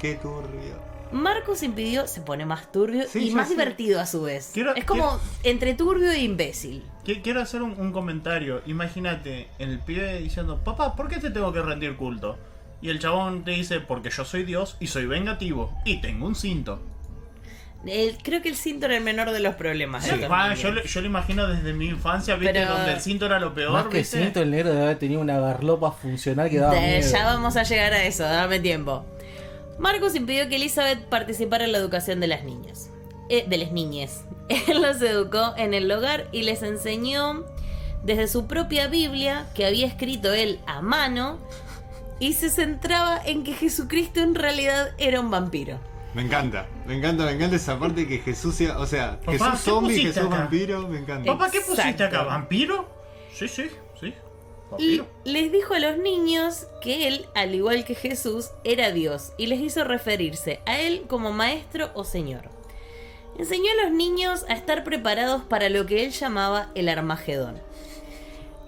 Qué turbio.
Marcus impidió, se pone más turbio
Sí,
y
ya
más
sé.
divertido a su vez.
Quiero-
es como entre turbio e imbécil.
Qui- Quiero hacer un, un comentario. Imagínate, el pibe diciendo, papá, ¿por qué te tengo que rendir culto? Y el chabón te dice, porque yo soy Dios y soy vengativo y tengo un cinto.
El- creo que el cinto era el menor de los problemas. ¿eh?
Sí.
¿no?
Ah, yo, lo- yo lo imagino desde mi infancia, ¿viste?
Pero-
Donde el cinto era lo peor.
Más que
¿viste?
siento el negro debe haber tenido una garlopa funcional que daba
De-
miedo.
ya vamos a llegar a eso, dame tiempo. Marcus impidió que Elizabeth participara en la educación de las niñas. Eh, de las niñas. *laughs* Él los educó en el hogar y les enseñó desde su propia Biblia, que había escrito él a mano, y se centraba en que Jesucristo en realidad era un vampiro.
Me encanta, me encanta, me encanta esa parte que Jesús sea, o sea,
Papá,
Jesús
¿qué
zombie,
pusiste
Jesús
acá?
vampiro, me encanta.
Papá, ¿qué pusiste
Exacto.
acá? ¿Vampiro? Sí, sí, sí.
Y
Vampiro.
les dijo a los niños que él, al igual que Jesús, era Dios y les hizo referirse a él como maestro o señor. Enseñó a los niños a estar preparados para lo que él llamaba el Armagedón.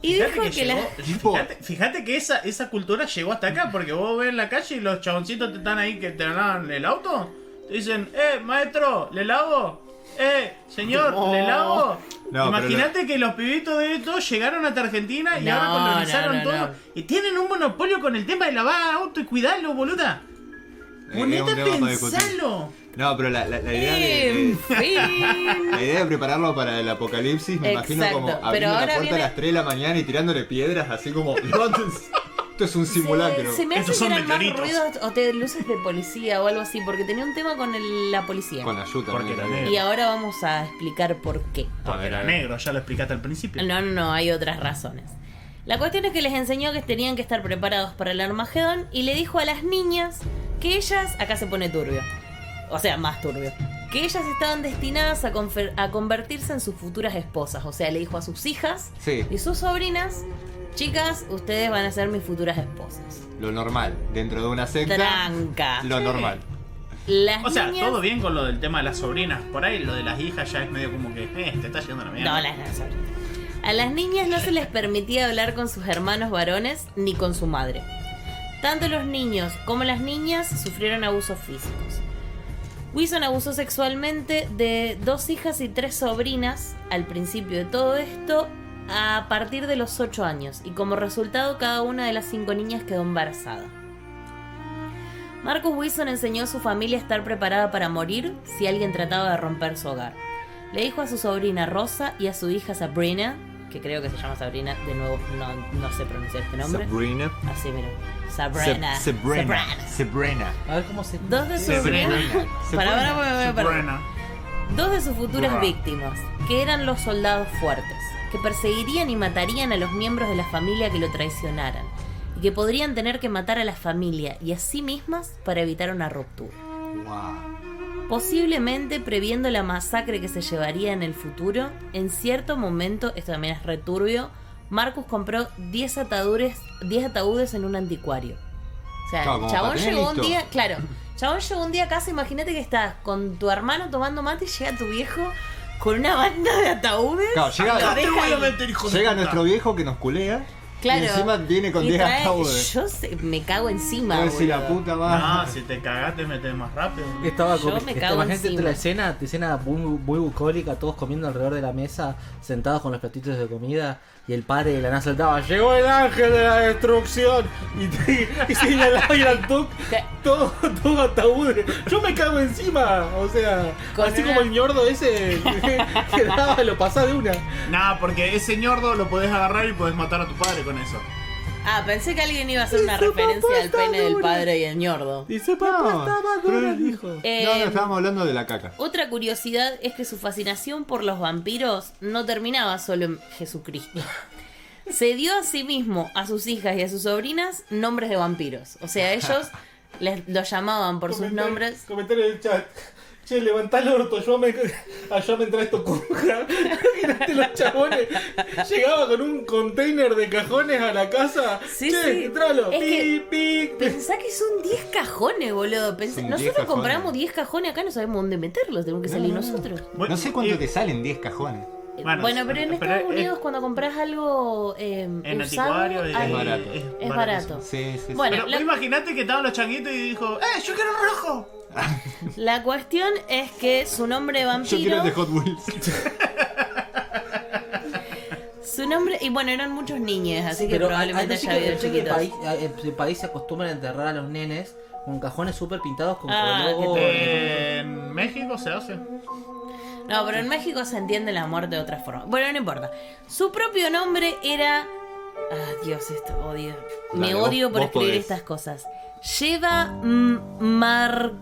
Y dijo que, la-
llegó-
Tipo- eh,
fíjate, fíjate que esa, esa cultura llegó hasta acá, porque vos ves en la calle y los chaboncitos te están ahí que te dan el auto. Te dicen, eh, maestro, ¿le lavo? Eh, señor, ¿le lavo?
No, pero
Imagínate que los pibitos de esto llegaron hasta Argentina y
No,
ahora colonizaron
no, no,
todo.
no.
Y tienen un monopolio con el tema de lavar auto y cuidarlo, boluda.
Eh,
Ponete
es un
a
tema para discutir.
pensarlo. Em.
No, pero la, la- la idea de,
En
de-
fin.
la idea de prepararlo para el apocalipsis, me imagino
Exacto,
como
pero
abriendo la
ahora
puerta
viene-
a las 3 de la mañana y tirándole piedras, así como, *laughs* "Levántense". esto es un simulacro.
Se, se me hace
Estos
que
son
eran más
meteoritos.
ruidos o te luces de policía o algo así, porque tenía un tema con el- la policía.
Con ayuda.
Porque
mira.
la nena-
Y ahora vamos a explicar por qué.
A ver, a
Era
ver.
negro, ya lo explicaste al principio.
No, no, no, hay otras razones. La cuestión es que les enseñó que tenían que estar preparados para el Armagedón y le dijo a las niñas que ellas, acá se pone turbio, o sea, más turbio, que ellas estaban destinadas a, confer- a convertirse en sus futuras esposas, o sea, le dijo a sus hijas
Sí,
y sus sobrinas, chicas, ustedes van a ser mis futuras esposas.
lo normal, dentro de una secta,
Tranca.
lo normal.
Las
O sea,
niñas-
todo bien con lo del tema de las sobrinas. Por ahí lo de las hijas ya es medio como que, eh, te está yendo la mierda.
No, las las sobrinas. A las niñas no se les permitía hablar con sus hermanos varones ni con su madre. Tanto los niños como las niñas sufrieron abusos físicos. Wilson abusó sexualmente de dos hijas y tres sobrinas al principio de todo esto a partir de los 8 años y como resultado cada una de las cinco niñas quedó embarazada. Marcus Wilson enseñó a su familia a estar preparada para morir si alguien trataba de romper su hogar. Le dijo a su sobrina Rosa y a su hija Sabrina, que creo que se llama Sabrina, de nuevo no, no sé pronunciar este nombre.
Sabrina.
Así, mira.
Sabrina.
Sabrina.
Sabrina. Sabrina.
A ver cómo se.
Dos de sus
Sabrina.
Para, para, para, para, para.
Buena.
Dos de sus futuras
Buah.
víctimas, que eran los soldados fuertes, que perseguirían y matarían a los miembros de la familia que lo traicionaran, y que podrían tener que matar a la familia y a sí mismas para evitar una ruptura.
Wow.
Posiblemente previendo la masacre que se llevaría en el futuro, en cierto momento, esto también es returbio, Marcus compró 10 atadures, 10 ataúdes en un anticuario. O sea,
Claro, como
Chabón
para tener
llegó un
listo.
día, claro, Chabón llegó un día a casa, imagínate que estás con tu hermano tomando mate y llega tu viejo con una banda de ataúdes.
Claro, llega-
Lo
Acá te
deja ahí.
Llega nuestro viejo que nos culea.
Claro.
Y encima viene con
Y
10
trae-
ataúdes.
Yo se- me cago encima.
A ver si la
boludo.
puta va.
No, si te cagaste, metes más rápido.
Estaba
Yo
con
me
esta-
cago
imagínate
encima.
la escena, la escena muy, muy bucólica, todos comiendo alrededor de la mesa, sentados con los platitos de comida, y el padre de la nada saltaba, llegó el ángel de la destrucción, y, te- y señalaba y al toc, todo, todo ataúd. Yo me cago encima, o sea,
Con
así
una-
como el ñordo ese *laughs* que daba, lo pasaba de una.
Nah, porque ese ñordo lo podés agarrar y podés matar a tu padre con eso.
Ah, pensé que alguien iba a hacer una
Esa
referencia
papá
al
está
pene del
dura.
padre y el ñordo.
Dice, papá,
No,
estaba
pero-
dura, dijo.
Eh,
No, no, estábamos hablando de la caca.
Otra curiosidad es que su fascinación por los vampiros no terminaba solo en Jesucristo. Se dio a sí mismo, a sus hijas y a sus sobrinas, nombres de vampiros. O sea, ellos les, los llamaban por sus
Comenta-
nombres.
Comentar en el chat. Che, levantá el orto, ayúdame, ayúdame a entrar a estos curjas. Imagínate los chabones. Llegaba con un container de cajones a la casa.
Sí,
che,
sí.
entralo.
Es que-
Pic, pic, pic.
Pensá que son 10 cajones, boludo. Pensá-
Son 10
nosotros
cajones.
compramos 10 cajones acá, no sabemos dónde meterlos, tenemos que
No,
salir
no, no.
nosotros.
No sé cuánto
y-
te salen 10 cajones.
Eh, Bueno,
Bueno,
pero en
pero
Estados
es-
Unidos cuando compras algo eh,
En
usado,
anticuario y-
hay-
Es barato.
es barato.
Sí, sí, sí.
Bueno.
Pero
la-
imagínate que estaban los changuitos y dijo, ¡eh, yo quiero un rojo!
La cuestión es que su nombre
Yo quiero
vampiro,
el de Hot Wheels.
su nombre y bueno eran muchos niños, así que
pero
probablemente
antes sí
haya
que,
habido
sé que en
chiquitos.
país, eh, en país se acostumbran a enterrar a los nenes con cajones súper pintados con
Ah,
colores.
En México se hace.
No, pero en México se entiende el amor de otra forma. Bueno, no importa. Su propio nombre era. Ah, Dios, esto odio. Me
Dale, vos-
odio por
vos
escribir
podés.
estas cosas. Lleva mm, Mark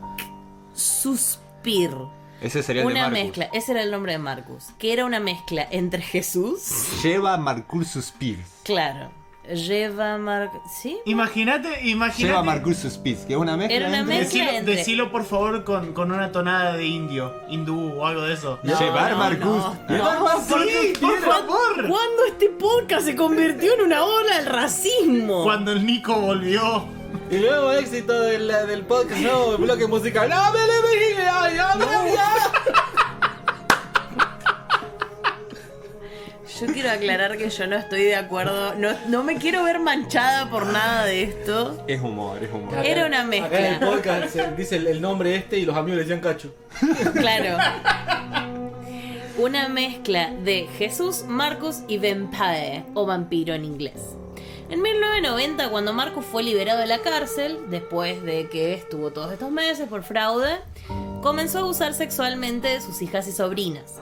Suspir.
*laughs* Ese sería el de
Una
Marcus.
mezcla, ese era el nombre de Marcus, que era una mezcla entre Jesús,
Lleva Marcus Pierce.
claro, lleva Marc, ¿sí?
Imagínate,
Lleva
imagínate.
Marcus Pierce, que es una mezcla
Era una
entre-
mezcla.
Decilo,
entre-
decilo, por favor con, con una tonada de indio, hindú o algo de eso.
No,
Llevar
no,
Marcus.
no, no.
por, por favor.
¿Cuándo este podcast se convirtió en una ola del racismo?
Cuando el Nico volvió.
Y luego éxito del, del podcast, no, bloque musical. ¡No, me le ay, ay, ay, ay!
Yo quiero aclarar que yo no estoy de acuerdo, no, no me quiero ver manchada por nada de esto.
Es humor, es humor.
Acá- Era una mezcla.
Acá en el podcast se dice el, el nombre este y los amigos le decían cacho.
Claro. Una mezcla de Jesús, Marcus y Vampire, o vampiro en inglés. En 1990, cuando Marcus fue liberado de la cárcel, después de que estuvo todos estos meses por fraude, comenzó a abusar sexualmente de sus hijas y sobrinas.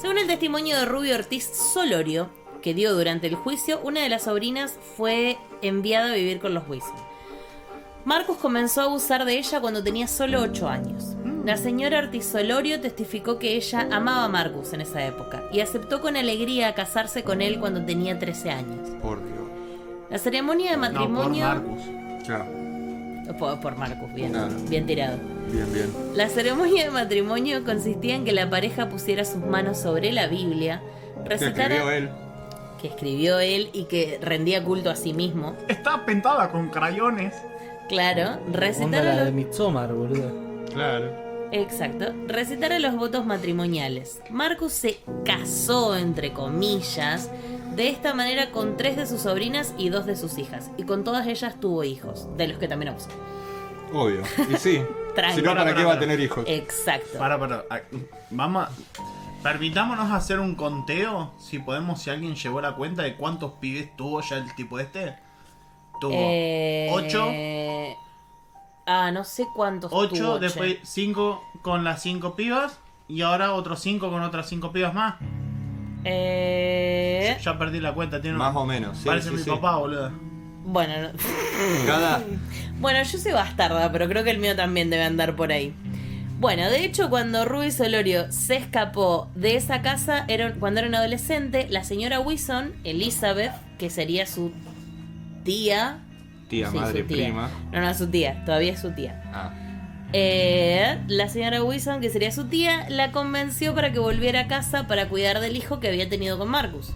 Según el testimonio de Rubio Ortiz Solorio, que dio durante el juicio, una de las sobrinas fue enviada a vivir con los Wilson. Marcus comenzó a abusar de ella cuando tenía solo 8 años. La señora Artisolorio testificó que ella amaba a Marcus en esa época y aceptó con alegría casarse con él cuando tenía 13 años.
Por Dios.
La ceremonia de
No, por
matrimonio...
Marcus.
Claro.
por, por Marcus, bien,
Claro.
bien tirado.
Bien, bien.
La ceremonia de matrimonio consistía en que la pareja pusiera sus manos sobre la Biblia,
Te
recitara
escribió él.
que escribió él y que rendía culto a sí mismo,
Está pintada con crayones.
claro,
Onda
recitara
la
los
de Midsommar, boludo.
Claro.
Exacto. Recitara los votos matrimoniales. Marcus se casó, entre comillas, de esta manera con tres de sus sobrinas y dos de sus hijas. Y con todas ellas tuvo hijos, de los que también abusó.
Obvio. Y sí.
Tranqui.
si
Eh,
no, ¿para
Para,
qué
para,
va a
para.
tener hijos?
Exacto.
Para, para. ah, Vamos. a- Permitámonos hacer un conteo, si podemos, si alguien llevó la cuenta de cuántos pibes tuvo ya el tipo este. Tuvo
Eh,
8,
Ah, no sé cuántos.
8,
tuvo, che.
después 5 con las 5 pibas y ahora otros 5 con otras 5 pibas más.
Eh,
Ya perdí la cuenta, tiene
Más o menos. Sí,
Parece
sí,
mi
sí.
papá, boludo.
Bueno, no-
Cada.
Bueno, yo soy bastarda, pero creo que el mío también debe andar por ahí. Bueno, de hecho, cuando Ruby Solorio se escapó de esa casa, era, cuando era un adolescente, la señora Wilson, Elizabeth, que sería su tía.
Tía,
sí,
madre,
su tía.
prima.
No, no, su tía, todavía es su tía.
Ah.
Eh, la señora Wilson, que sería su tía, la convenció para que volviera a casa para cuidar del hijo que había tenido con Marcus.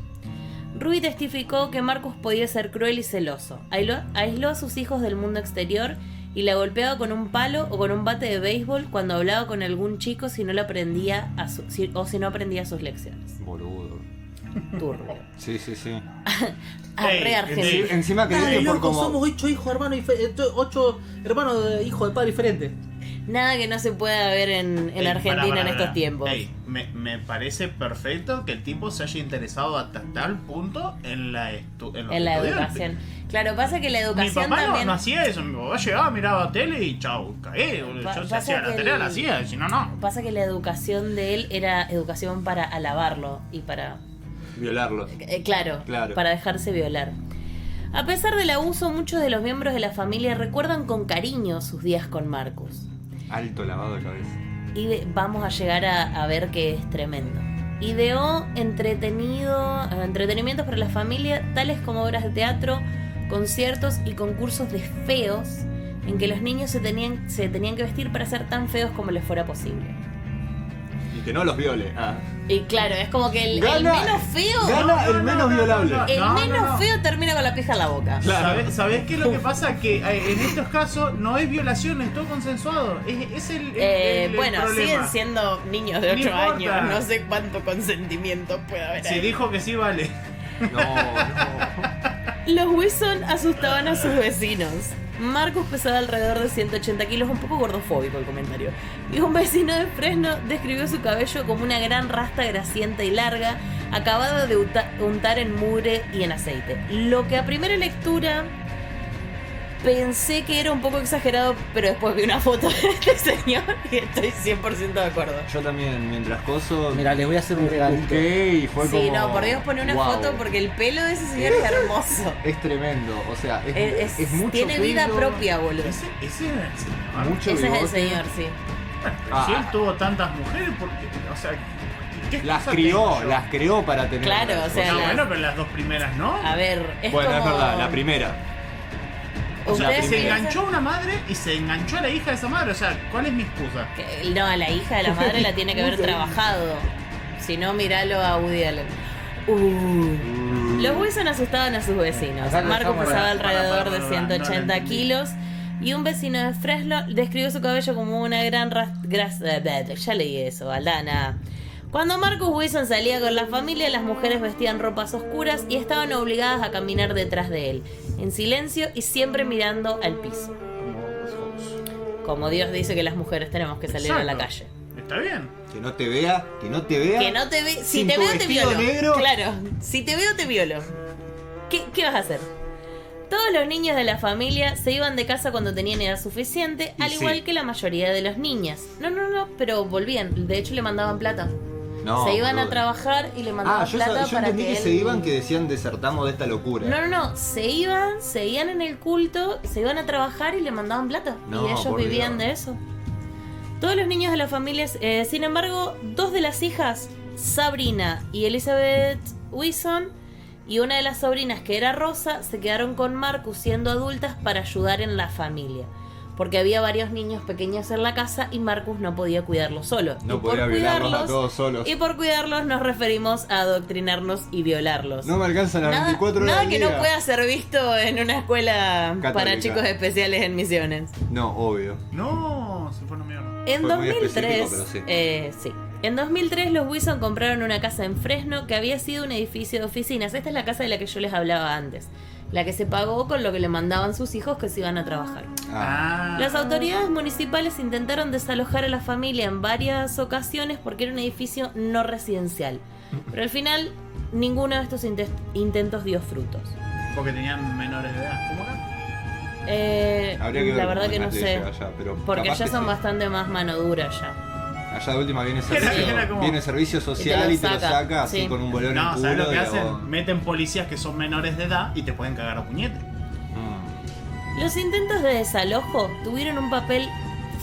Ruby testificó que Marcus podía ser cruel y celoso. Aisló, aisló a sus hijos del mundo exterior y la golpeaba con un palo o con un bate de béisbol cuando hablaba con algún chico si no le aprendía a su- si- o si no aprendía sus lecciones.
Boludo.
*laughs*
Turbio.
Sí, sí, sí.
Ey,
Arre
Sí,
Argentina.
encima que
Dale,
viene por
loco,
como.
somos ocho hijos hermanos, dife- eh, to- ocho hermanos de hijos de padre diferentes.
Nada que no se pueda ver en, en
Ey,
Argentina
pará, pará,
en
pará.
estos tiempos.
Ey, me, me parece perfecto que el tipo se haya interesado hasta tal punto en la, estu- los
en la
estudiantes.
educación. Claro, pasa que la
Mi
educación
papá no-
también.
no, hacía eso, mi papá llegaba, miraba tele y chau, caí.
Pa-
Yo se
pasa
hacía la
que
tarea, la
el-
hacía, si no, no.
Pasa que la educación de él era educación para alabarlo y para.
Violarlo.
eh, claro,
Claro.
para dejarse violar. A pesar del abuso, muchos de los miembros de la familia recuerdan con cariño sus días con Marcus.
Alto lavado de cabeza.
Y de- vamos a llegar a, a ver que es tremendo. Ideó entretenido, eh, entretenimientos para la familia, tales como obras de teatro, conciertos y concursos de feos en que los niños se tenían, se tenían que vestir para ser tan feos como les fuera posible.
Y que no los viole. Ah.
Y claro, es como que el, el
Gana-
menos feo,
Gana
No, no,
el menos
no, no,
violable.
no, no.
el menos feo termina con la pija en la boca.
Claro.
¿Sabés, sabés qué es lo que pasa? Que eh, en estos casos no es violación, es todo consensuado. Es, es el, el-
Eh,
el- el
bueno,
problema.
siguen siendo niños de
No
8
importa.
años, no sé cuánto consentimiento puede haber.
Si
ahí.
dijo que sí, vale.
No,
Los Wilson asustaban a sus vecinos. Marcus pesaba alrededor de 180 kilos, un poco gordofóbico el comentario. Y un vecino de Fresno describió su cabello como una gran rasta grasienta y larga, acabada de unta- untar en mugre y en aceite. Lo que a primera lectura pensé que era un poco exagerado, pero después vi una foto *laughs* de este señor y estoy 100% de acuerdo.
Yo también, mientras coso.
Mira, les voy a hacer un regalito.
busqué y fue
sí,
como.
no, por Dios pone una
wow.
foto porque el pelo de ese señor es hermoso.
Es tremendo, o sea, es,
Es- es-
es mucho
tiene vida
pelo,
propia, boludo.
Ese, ese era el señor.
Mucho
Ese es el
bigote.
señor, sí.
Si él
Ah,
tuvo tantas mujeres, porque, o sea, ¿qué
las
excusa
crió,
tengo yo?
las creó para tener.
Claro,
una
o sea,
cosa.
No,
la-
bueno, pero las dos primeras no.
A ver, es
Bueno,
como...
es verdad, la primera.
O sea,
¿Ustedes
la
se
primera.
piensan
enganchó a una madre y se enganchó a la hija de esa madre. O sea, ¿cuál es mi excusa?
que- No, la hija de la madre la tiene que *laughs* haber trabajado. Si no, miralo a Woody Allen. Uh. Los Wilson asustaban a sus vecinos.
Acá lo
Marco
dejamos,
pesaba
para,
alrededor
para, para,
de
para, no lo
180
entendí.
kilos. Y un vecino de Fresno describió su cabello como una gran ras- grasa. Ya leí eso, Aldana. Cuando Marcus Wilson salía con la familia, las mujeres vestían ropas oscuras y estaban obligadas a caminar detrás de él, en silencio y siempre mirando al piso. Como Dios dice que las mujeres tenemos que salir a la
Exacto.
calle.
Está bien.
Que no te vea, que no te vea.
Que no te ve. Si
Sin
te
tu
veo, te
vestido
violo.
negro.
Claro, si te veo, te violo. ¿Qué, ¿Qué vas a hacer? Todos los niños de la familia se iban de casa cuando tenían edad suficiente,
Y
al
sí.
igual que la mayoría de las niñas. No, no, no, pero volvían. De hecho, le mandaban plata.
No,
se iban a
boludo.
trabajar y le mandaban
Ah, yo,
plata
sab- yo
para
entendí que,
que él...
se iban que decían desertamos de esta locura.
No, no, no. Se iban, seguían en el culto, se iban a trabajar y le mandaban plata.
No,
y ellos
por
vivían
Dios.
de eso. Todos los niños de las familias, eh, sin embargo, dos de las hijas, Sabrina y Elizabeth Wilson, y una de las sobrinas, que era Rosa, se quedaron con Marcus siendo adultas para ayudar en la familia. Porque había varios niños pequeños en la casa y Marcus no podía cuidarlos solo.
No
Y por
podía violarlos a
cuidarlos-
todos solos.
Y por cuidarlos nos referimos a adoctrinarnos y violarlos.
No me alcanzan las
Nada,
24 horas
nada
del
que
día.
no pueda ser visto en una escuela para
Católica.
chicos especiales en misiones.
No, obvio.
No, se fue una mierda.
En
Fue muy
2003,
específico, pero sí.
eh, sí. En 2003 los Wilson compraron una casa en Fresno que había sido un edificio de oficinas. Esta es la casa de la que yo les hablaba antes, la que se pagó con lo que le mandaban sus hijos que se iban a trabajar.
Ah,
Las autoridades municipales intentaron desalojar a la familia en varias ocasiones porque era un edificio no residencial. Pero al final ninguno de estos intes- intentos dio frutos.
Porque tenían menores de edad. ¿Cómo acá?
Eh,
habría que ver
la verdad
cómo
que no
es
sé.
llega allá, pero
Porque
capaz
ya
que
son
sí.
bastante más mano dura ya.
Allá de última
*laughs*
viene
Era-
servicio,
era como-
viene servicio social
Y
y
te
te lo
lo saca,
saca
sí.
así con un bolón en
No,
culo.
¿sabes lo que
y
hacen?
vos-
Meten policías que son menores de edad y te pueden cagar a puñete.
Mm.
Los intentos de desalojo tuvieron un papel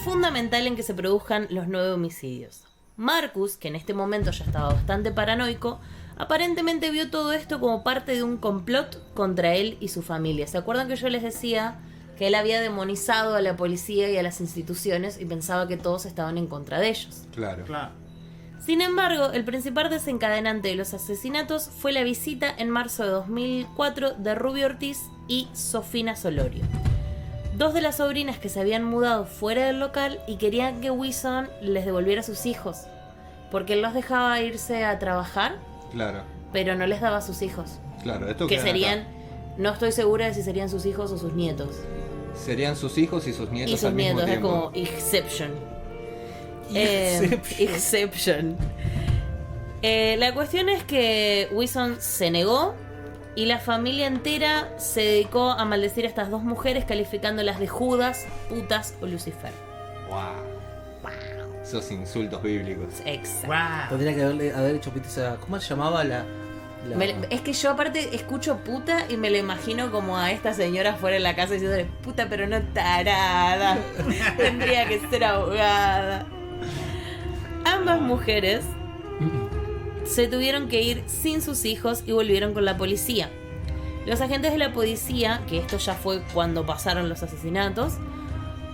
fundamental en que se produzcan los nueve homicidios. Marcus, que en este momento ya estaba bastante paranoico, aparentemente vio todo esto como parte de un complot contra él y su familia. ¿Se acuerdan que yo les decía que él había demonizado a la policía y a las instituciones y pensaba que todos estaban en contra de ellos?
Claro.
Claro.
Sin embargo, el principal desencadenante de los asesinatos fue la visita en marzo de 2004 de Rubio Ortiz y Sofina Solorio. Dos de las sobrinas que se habían mudado fuera del local y querían que Wilson les devolviera a sus hijos, porque él los dejaba irse a trabajar,
Claro,
pero no les daba a sus hijos,
claro. Esto
que
queda
serían,
acá.
no estoy segura de si serían sus hijos o sus nietos.
Serían sus hijos y sus nietos
Y sus
al mismo
nietos, es
tiempo.
como
*laughs*
exception. Eh, exception. Eh, la cuestión es que Wilson se negó y la familia entera se dedicó a maldecir a estas dos mujeres calificándolas de Judas, putas o Lucifer.
Wow. Esos insultos bíblicos.
Exacto.
Guau.
Tendría que haberle, haber hecho pito esa- ¿Cómo se llamaba la.? la-
Me- *laughs* es que yo aparte escucho puta y me lo imagino como a esta señora fuera de la casa diciéndole puta pero no tarada. Tendría que ser ahogada. Ambas mujeres se tuvieron que ir sin sus hijos y volvieron con la policía. Los agentes de la policía, que esto ya fue cuando pasaron los asesinatos,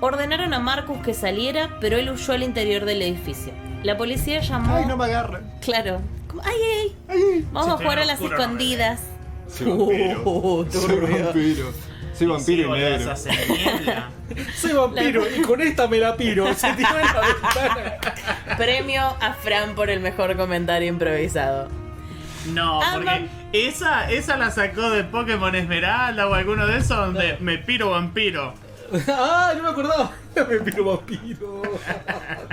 Ordenaron a Marcus que saliera, pero él huyó al interior del edificio. La policía llamó.
Ay, no me agarren.
Claro. Como, ¡Ay, ay! Vamos
Si
a jugar a
estoy en
las
oscuro, no me ven.
escondidas.
Soy
*laughs*
vampiro.
Oh,
Soy
turbio.
vampiro. Soy
Sí,
vampiro y
boludo,
negro.
se hace mierda.
Soy vampiro y con esta me la
*laughs*
piro. Se tiró en la ventana.
Premio a Fran por el mejor comentario improvisado. *laughs*
No,
Ah,
porque
no.
esa, esa la sacó de Pokémon Esmeralda o alguno de esos donde me piro vampiro.
¡Ah! No me
*laughs*
acordaba. Me piro vampiro.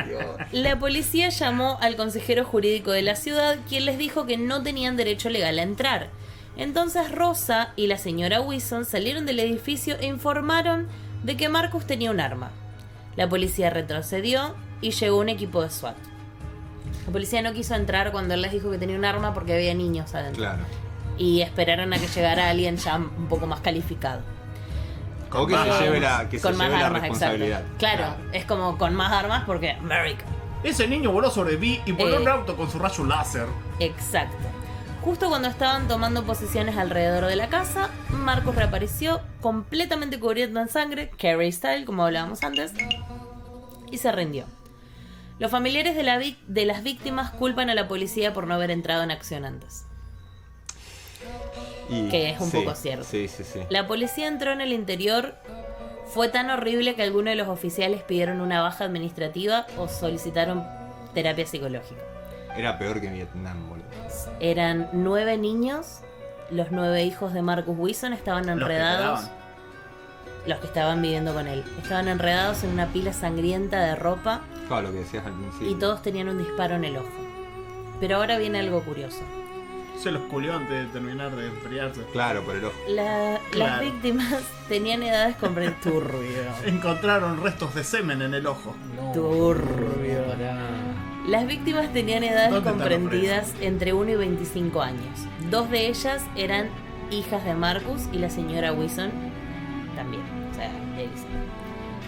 Dios.
La policía llamó al consejero jurídico de la ciudad, quien les dijo que no tenían derecho legal a entrar. Entonces Rosa y la señora Wilson salieron del edificio e informaron de que Marcus tenía un arma. La policía retrocedió y llegó un equipo de SWAT. La policía no quiso entrar cuando él les dijo que tenía un arma porque había niños adentro.
Claro.
Y esperaron a que llegara alguien ya un poco más calificado.
O que
más-
se lleve la, que se
con más
lleve la
armas, exacto.
responsabilidad.
Claro, es como con más armas porque America.
Ese niño voló sobre mí y voló
Eh.
un auto con su rayo láser.
Exacto. Justo cuando estaban tomando posiciones alrededor de la casa, Marcos reapareció completamente cubierto en sangre, Carrie Style, como hablábamos antes, y se rindió. Los familiares de, la vic- de las víctimas culpan a la policía por no haber entrado en acción antes.
Y-
Que es un
sí,
poco cierto.
Sí, sí, sí.
La policía entró en el interior. Fue tan horrible que algunos de los oficiales pidieron una baja administrativa o solicitaron terapia psicológica.
Era peor que Vietnam, boludo.
Eran nueve niños. Los nueve hijos de Marcus Wilson estaban
Los que
enredados. Los
quedaban.
que, estaban viviendo con él. Estaban enredados en una pila sangrienta de ropa
Claro, lo que decías al principio.
y todos tenían un disparo en el ojo. Pero ahora viene algo curioso.
Se los culió antes de terminar de enfriarse.
Claro, por el ojo.
La- Las
Claro.
víctimas *laughs* tenían edades comprensibles. Turbio.
Encontraron restos de semen en el ojo.
No.
Turbio. Las víctimas tenían edades
¿Dónde están los
comprendidas entre 1 y 25 años. Dos de ellas eran hijas de Marcus y la señora Wilson también, o sea, de Elizabeth.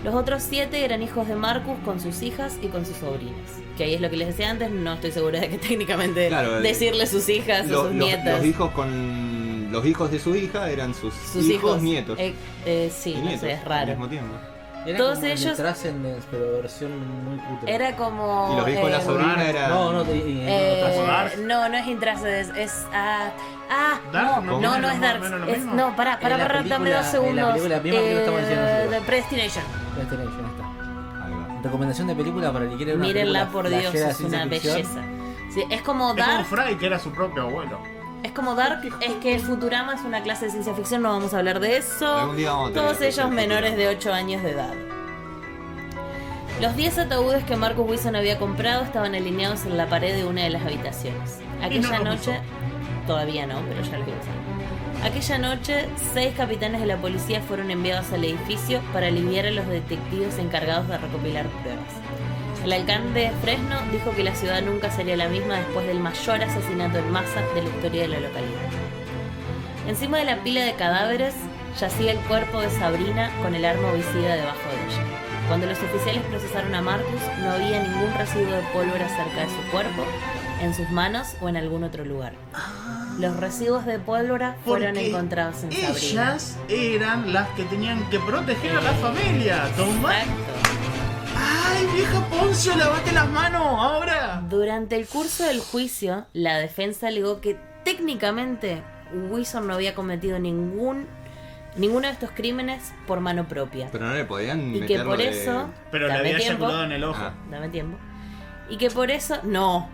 Los otros siete eran hijos de Marcus con sus hijas y con sus sobrinas. Que ahí es lo que les decía antes, no estoy segura de que técnicamente
Claro, eh,
decirle sus hijas
Lo-
o sus
los-
nietas.
los hijos con. Los hijos de su hija eran sus,
sus
hijos, nietos.
Eh, eh, sí,
y
no
nietos
sé, es
Al
raro.
mismo tiempo.
Era
Todos
como el
ellos-
de Transcendence, pero versión muy puta.
Era como.
Y los hijos de la
eh,
sobrina eran.
No, no, te- eh,
Eh,
no, Transcendence.
Dark.
no, no es Intraces, es. Ah, ah
Dark,
¿no?
no, no,
¿Menos
no es
lo-
Dark.
menos lo
es-
mismo?
no, pará,
En
pará,
la
pará, dame
película-
dos
en la
segundos.
película misma que lo estamos diciendo
Eh,
nosotros.
The Predestination.
Transcendence, ya está.
Ahí va.
Recomendación de película para el que quiera ver una
Mírenla
película
por Dios,
flashera de
es una
ciencia ficción.
belleza. Sí, es como
Es como
Dark,
Fry, que era su propio abuelo.
es como Dark, es que Futurama es una clase de ciencia ficción, no vamos a hablar de eso.
Algún día vamos a tener
Todos
que hacer
ellos menores de
Futurama.
8 años de edad. Los 10 ataúdes que Marcus Wilson había comprado estaban alineados en la pared de una de las habitaciones. Aquella
no los
noche, todavía no, pero ya los voy a usar. Aquella noche, seis capitanes de la policía fueron enviados al edificio para aliviar a los detectives encargados de recopilar pruebas. El alcalde de Fresno dijo que la ciudad nunca sería la misma después del mayor asesinato en masa de la historia de la localidad. Encima de la pila de cadáveres yacía el cuerpo de Sabrina con el arma homicida debajo de ella. Cuando los oficiales procesaron a Marcus, no había ningún residuo de pólvora cerca de su cuerpo, en sus manos o en algún otro lugar. Los residuos de pólvora fueron
Porque
encontrados en Sabrina.
Ellas eran las que tenían que proteger a la familia. Tomá.
Exacto.
¡Ay, vieja Poncio, lavate las manos ahora!
Durante el curso del juicio, la defensa alegó que técnicamente Wilson no había cometido ningún ninguno de estos crímenes por mano propia.
Pero no le podían
Y que
meter lo
por
de-
eso.
Pero le
dame
había
tiempo,
eyaculado en el ojo.
Ah.
Dame tiempo. Y que por eso. No.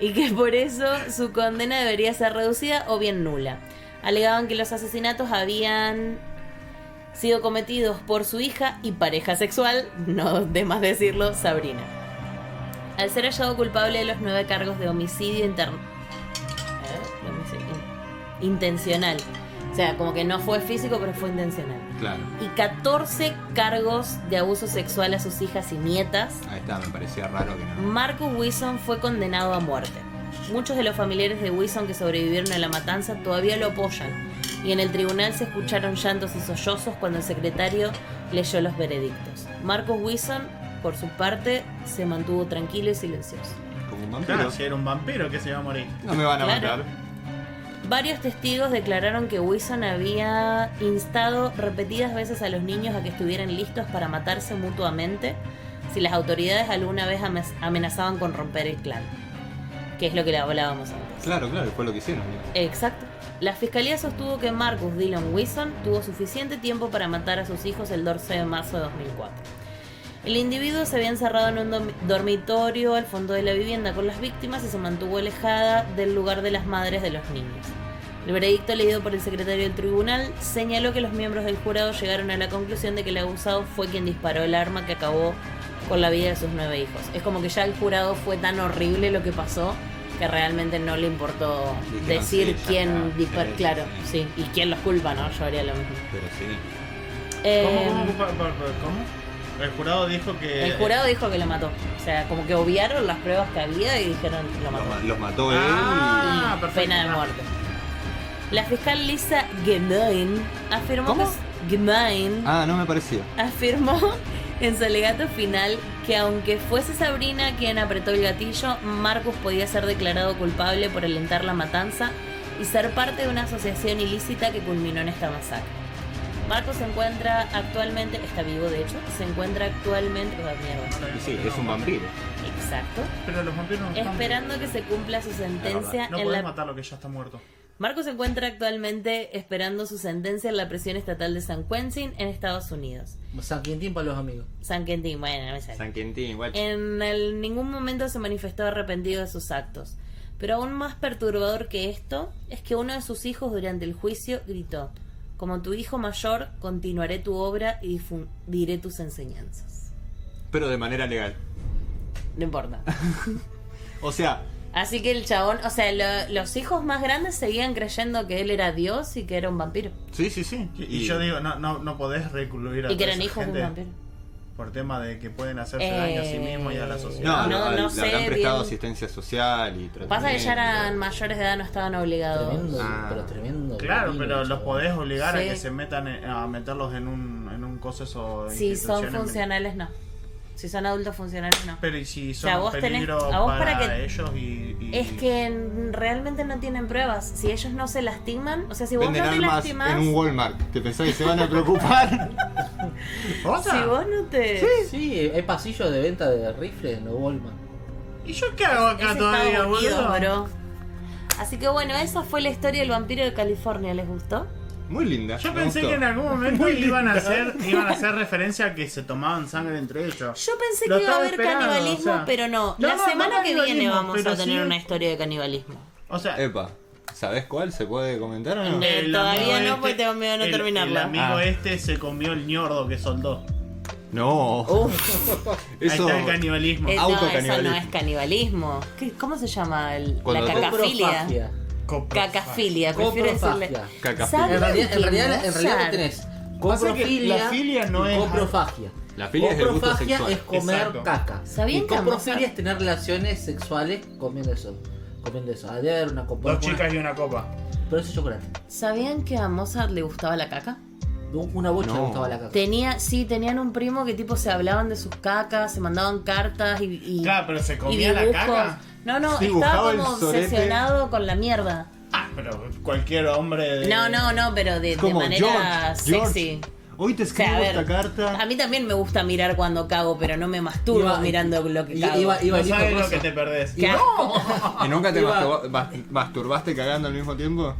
y que por eso su condena debería ser reducida o bien nula. Alegaban que los asesinatos habían sido cometidos por su hija y pareja sexual, no de más decirlo, Sabrina. Al ser hallado culpable de los nueve cargos de homicidio interno. eh, de homicidio in- Intencional. O sea, como que no fue físico, pero fue intencional
Claro.
y 14 cargos de abuso sexual a sus hijas y nietas,
Ahí está, me parecía raro que no.
Marcus Wilson fue condenado a muerte. Muchos de los familiares de Wilson que sobrevivieron a la matanza todavía lo apoyan y en el tribunal se escucharon llantos y sollozos cuando el secretario leyó los veredictos. Marcus Wilson, por su parte, se mantuvo tranquilo y silencioso.
Como un vampiro.
Claro, si era un vampiro que se iba a morir.
No me van a
Claro.
matar.
Varios testigos declararon que Wilson había instado repetidas veces a los niños a que estuvieran listos para matarse mutuamente si las autoridades alguna vez ames- amenazaban con romper el clan, que es lo que le hablábamos antes.
Claro, claro, fue lo que hicieron. mira.
Exacto. La fiscalía sostuvo que Marcus Dillon Wilson tuvo suficiente tiempo para matar a sus hijos el 12 de marzo de 2004. El individuo se había encerrado en un dormi- dormitorio al fondo de la vivienda con las víctimas y se mantuvo alejada del lugar de las madres de los niños. El veredicto leído por el secretario del tribunal señaló que los miembros del jurado llegaron a la conclusión de que el abusado fue quien disparó el arma que acabó con la vida de sus nueve hijos. Es como que ya el jurado fue tan horrible lo que pasó que realmente no le importó
Dijeron,
decir
"Sí, ya
quién
está,
disparó.
merece".
Claro, sí. Y quién los culpa, ¿no? Yo haría lo mismo.
Pero sí.
¿Cómo,
Eh,
cómo, pa- pa- pa- cómo? El jurado dijo que.
el jurado dijo que lo mató. O sea, como que obviaron las pruebas que había y dijeron lo
Los,
mató.
ma- los mató él.
Ah,
y
perfecto.
pena de muerte. La fiscal Lisa Gemein afirmó
¿Cómo?
que Gemein
Ah, no me pareció.
afirmó *laughs* en su alegato final que aunque fuese Sabrina quien apretó el gatillo, Marcus podía ser declarado culpable por alentar la matanza y ser parte de una asociación ilícita que culminó en esta masacre. Marcus se encuentra actualmente, está vivo de hecho, se encuentra actualmente, oh, mierda,
Y sí, es un vampiro.
exacto,
Eh, Pero los vampiros no están-
esperando que se cumpla su sentencia
No
en
puedes
la
matarlo que ya está muerto.
Marco se encuentra actualmente esperando su sentencia en la prisión estatal de San Quentin en Estados Unidos.
San Quintín para los amigos.
San Quentin, bueno, no me sale.
San Quintín, igual.
En el- ningún momento se manifestó arrepentido de sus actos. Pero aún más perturbador que esto es que uno de sus hijos durante el juicio gritó, como tu hijo mayor, continuaré tu obra y difundiré tus enseñanzas.
Pero de manera legal.
No importa.
O sea,
Así que el chabón, o sea, lo- los hijos más grandes seguían creyendo que él era Dios y que era un vampiro.
sí, sí, sí.
Y, y yo digo, no, no, no podés recluir a
Y que
toda
eran
esa
hijos de un
gente
vampiro.
Por tema de que pueden hacerse
Eh,
daño a sí mismos y a la
No,
No,
sociedad.
no,
no
Eh, le
sé
habrán prestado
bien.
asistencia social y tratamiento.
Pasa que ya eran mayores de edad, no estaban obligados.
Tremendo,
Ah.
pero tremendo.
Claro,
vampiro,
pero los
chabón.
podés obligar
Sí.
a que se metan en- a meterlos en un, en un coso eso.
Si son
instituciones.
funcionales, no. Si son adultos funcionales, no.
Pero y si
sea,
son
vos tenés-
peligro
a vos para
para,
que-
ellos y, y-
Es que n- realmente no tienen pruebas. Si ellos no se lastiman, o sea, si vos
Venden
no te
almas
lastimas,
en un Walmart. ¿Te pensás que se van a preocupar? *laughs*
¿Cosa?
si vos no te.
Sí, hay pasillos de venta de rifles en los Walmart.
¿Y yo qué hago
Es
acá
Estados
Ah, todavía,
Unidos,
boludo?
bro. Así que bueno, esa fue la historia del vampiro de California. ¿Les gustó?
Muy linda.
Yo
me
pensé
gustó.
que en algún momento iban a, hacer, iban a hacer referencia a que se tomaban sangre entre ellos.
Yo pensé
Lo
que iba a
estaba
haber
esperando,
canibalismo,
o sea.
pero no.
No,
la
no, no
semana que viene
canibalismo,
vamos
pero
a tener
sí-
una historia de canibalismo.
O sea,
Epa, ¿sabés cuál? ¿Se puede comentar o no?
Eh,
el
todavía
amigo este,
no, porque tengo miedo de no
el-
terminarla.
El amigo
Ah.
este se comió el ñordo que soldó.
No.
Oh,
*laughs*
Eso.
Ahí está el canibalismo.
Eh, no, eso no
Autocanibalismo.
es canibalismo. ¿Qué- ¿Cómo se llama? el- la Ah,
Cuando-
cacafilia.
Coprofagia.
Cacafilia, prefiero decirle.
Coprofagia.
Cacafilia.
¿Saben
En realidad, en
qué
realidad, en
cosa?
realidad vos tenés
Pasa que
coprofilia,
la filia no
y
es-
coprofagia.
La filia es el gusto
Coprofagia
sexual.
es comer
Exacto.
caca.
¿Sabían
y
que
coprofilia
Amazon-
es tener relaciones sexuales comiendo eso. Comiendo eso. Ah, Debe haber una copa.
Dos chicas y una copa.
Pero eso es chocolate.
¿Sabían que a Mozart le gustaba la caca?
Un- Una bocha
No.
le gustaba la caca.
Tenía, sí, tenían un primo que tipo se hablaban de sus cacas, se mandaban cartas y, y-
Claro, pero se
y
comía la
dibujos.
caca.
No, no,
Sí,
estaba
dibujaba el
como
sorete.
obsesionado con la mierda.
Ah, pero cualquier hombre de...
No, no, no, pero de, de
Eh, Como
manera
George,
sexy.
George, hoy te
O sea,
escribo
a ver,
esta carta.
a mí también me gusta mirar cuando cago, pero no me masturbo
Iba-
mirando lo que
i-
cago.
iba- iba-
No
el disco
sabes lo
ruso.
que te perdés.
Qué asco.
¿Y nunca te
Iba-
masturba- mas- masturbaste cagando al mismo tiempo?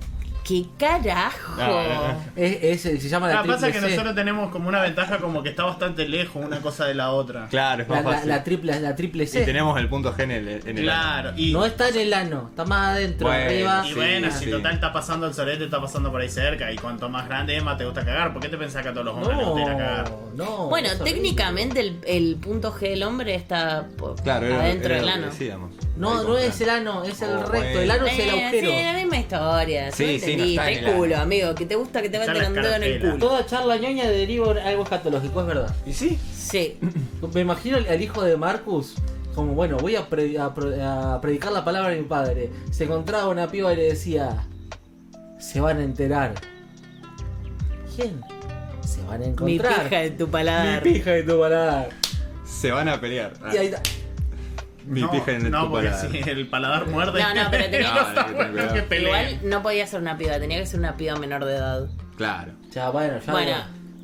¿Qué carajo?
Ah,
Es, es- se llama la
Ah, pasa
triple
que
C.
nosotros tenemos como una ventaja como que está bastante lejos una cosa de la otra.
Claro, es
La,
más
la,
fácil.
la triple, la triple
Y
C.
tenemos el punto G en el. en el-
Claro. Y,
No está en el ano, está más adentro,
Bueno,
arriba.
y
sí,
bueno, si
sí.
total está pasando el solete, está pasando por ahí cerca. Y cuanto más grande es, más te gusta cagar. ¿Por qué te pensás que a todos los hombres les gusta ir a cagar?
No, no.
Bueno,
eso-
técnicamente el, el punto G del hombre está por-
Claro, era,
adentro
era
del
lo que
ano.
decíamos.
No,
Ahí
no
con-
es el ano, es el
Oh,
recto. El
bueno.
ano es el
Eh,
agujero.
Sí, la misma historia.
Sí,
Sí,
sí, no está en
el
el
culo,
ano.
amigo. Que te gusta que te
Están
metan un
las
dedo en el
cartelas.
culo.
Toda charla ñoña deriva en algo escatológico, es verdad.
¿Y sí?
Sí.
Me imagino al- al hijo de Marcus como, bueno, voy a, pre- a pro- a predicar la palabra de mi padre. Se encontraba una piba y le decía, se van a enterar. ¿Quién? Se van a
Mi
encontrar.
pija de tu paladar.
Mi pija de tu paladar.
Se van a pelear.
Y ahí está.
mi pija en el
no,
tu
porque
paladar.
si el paladar muerde.
No, no, pero tenía-
No está
No,
bueno
no,
que
no.
peleen.
Igual no podía ser una piba, tenía que ser una piba menor de edad.
Claro.
Ya, bueno, ya.
Bueno,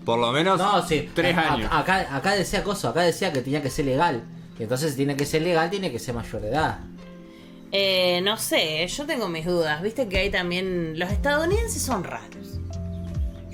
Por lo menos
No, sí.
tres
A- a-
años.
Acá, acá decía cosa, acá decía que tenía que ser legal. Y entonces si tiene que ser legal, tiene que ser mayor de edad.
eh, no sé, yo tengo mis dudas. Viste que hay también. Los estadounidenses son raros.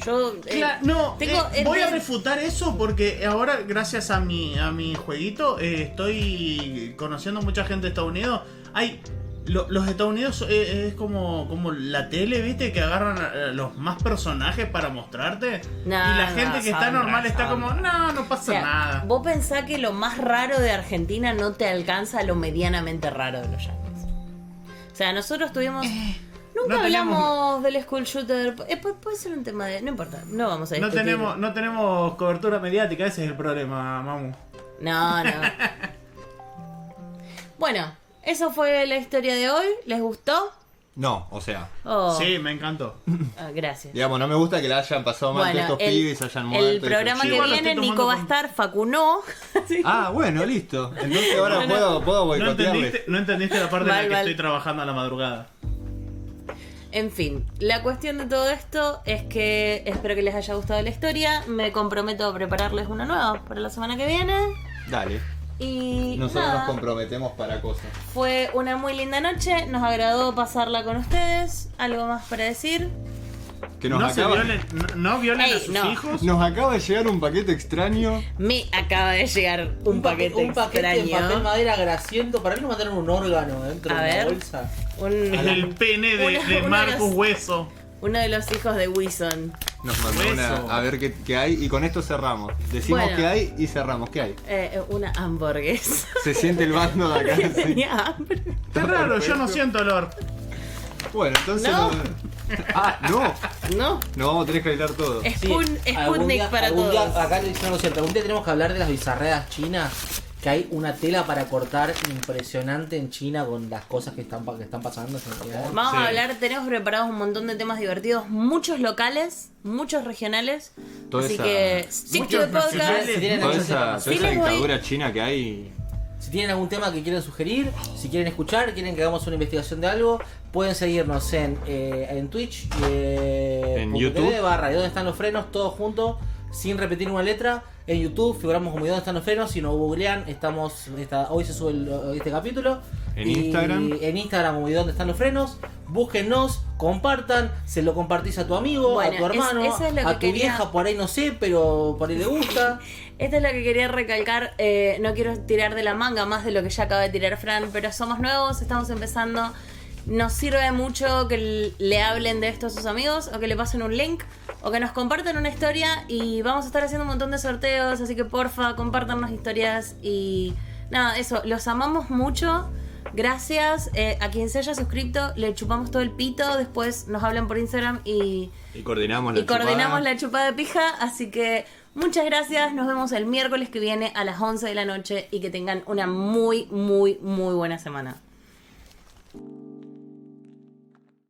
Yo. eh,
Cla- no,
tengo.
eh,
el
voy a
de-
refutar eso porque ahora, gracias a mi, a mi jueguito, eh, estoy conociendo mucha gente de Estados Unidos. Hay. lo- los Estados Unidos eh, es como, como la tele, ¿viste? Que agarran a- a los más personajes para mostrarte.
No,
y la
no,
gente que está
son
normal está
raros.
como, no, no
o
pasa
sea,
nada.
Vos pensás que lo más raro de Argentina no te alcanza lo medianamente raro de los yankees. O sea, nosotros tuvimos. Nunca
no
hablamos
tenemos-
del school shooter. Eh, pu- puede ser un tema de. No importa, no vamos a
No
discutir.
tenemos, no tenemos cobertura mediática, ese es el problema, mamu.
No,
*laughs*
no. bueno, eso fue la historia de hoy. ¿Les gustó?
no, o sea,
Oh,
Sí, me encantó.
ah, gracias.
digamos, no me gusta que la hayan pasado mal que
Bueno,
estos pibes hayan muerto.
el
y
programa
se-
que
Igual lo
viene,
estoy
Nico
tomando
va a
con-
estar, Facu no. Sí.
Ah, bueno, listo. Entonces ahora
Bueno.
puedo, puedo
No
boicotearles.
entendiste, no entendiste la parte en la
Mal,
que
mal.
estoy trabajando a la madrugada.
En fin, la cuestión de todo esto es que espero que les haya gustado la historia. Me comprometo a prepararles una nueva para la semana que viene.
Dale.
Y
Nosotros
nada,
nos comprometemos para cosas.
fue una muy linda noche. Nos agradó pasarla con ustedes. ¿Algo más para decir?
Que nos
No, se
acaba.
violen, no, no violen
Ey,
a sus
no.
hijos.
Nos acaba de llegar un paquete extraño.
Me acaba de llegar un, paquete,
Un paquete en
extraño.
papel madera grasiento. Para mí no mandaron un órgano dentro
A
de
ver.
una bolsa. *laughs*
Un-
Es el pene de,
Una-
de
una
Marcus
de las-
Hueso.
uno de los hijos de Wilson.
Nos mandó
Eso.
una. A ver qué, qué hay. Y con esto cerramos. Decimos
Bueno.
qué hay y cerramos. ¿Qué hay?
Eh, una
*laughs*
hamburguesa. *laughs*
Se siente el bando de acá. sí.
Tenía hambre.
Qué raro, yo no siento olor.
Bueno, entonces.
No.
nos- Ah, no.
No,
Nos vamos a tener que editar todo.
es
Sí, algún
Sputnik
día-
para
algún
todos.
día- acá le dicen algo cierto. Algún día tenemos que hablar de las bizarreras chinas. Que hay una tela para cortar impresionante en China con las cosas que están, pa- que están pasando. en realidad.
Vamos
Sí.
a hablar, tenemos preparados un montón de temas divertidos, muchos locales, muchos regionales.
Toda
así
esa-
que, stick to
Muchos
the podcast.
nacionales.
Si tienen
Toda
algún
esa,
tema-
toda
Sí,
esa
les voy-
dictadura china que hay.
Si tienen algún tema que quieren sugerir, si quieren escuchar, quieren que hagamos una investigación de algo, pueden seguirnos en, eh, en Twitch, eh,
En
punto
YouTube.
TV barra, ¿y dónde están los frenos? Todos juntos, sin repetir una letra. En YouTube figuramos como ¿y dónde están los frenos? Si nos googlean, estamos está- hoy se sube el- este capítulo.
En
Y
Instagram.
En Instagram como ¿y dónde están los frenos? Búsquennos, compartan, se lo compartís a tu amigo,
Bueno,
a tu
es-
hermano,
eso es lo
a
que
tu
quería-
vieja, por ahí no sé, pero por ahí le
*laughs*
gusta.
Esto es lo que quería recalcar. eh, no quiero tirar de la manga más de lo que ya acaba de tirar Fran, pero somos nuevos, estamos empezando. Nos sirve mucho que l- le hablen de esto a sus amigos, o que le pasen un link, o que nos compartan una historia. Y vamos a estar haciendo un montón de sorteos, así que porfa, compártanos historias. Y nada, eso, los amamos mucho. Gracias eh, a quien se haya suscrito, le chupamos todo el pito. Después nos hablan por Instagram y
Y coordinamos la
y coordinamos
chupada.
la chupada de pija, así que muchas gracias, nos vemos el miércoles que viene a las 11 de la noche y que tengan una muy, muy, muy buena semana.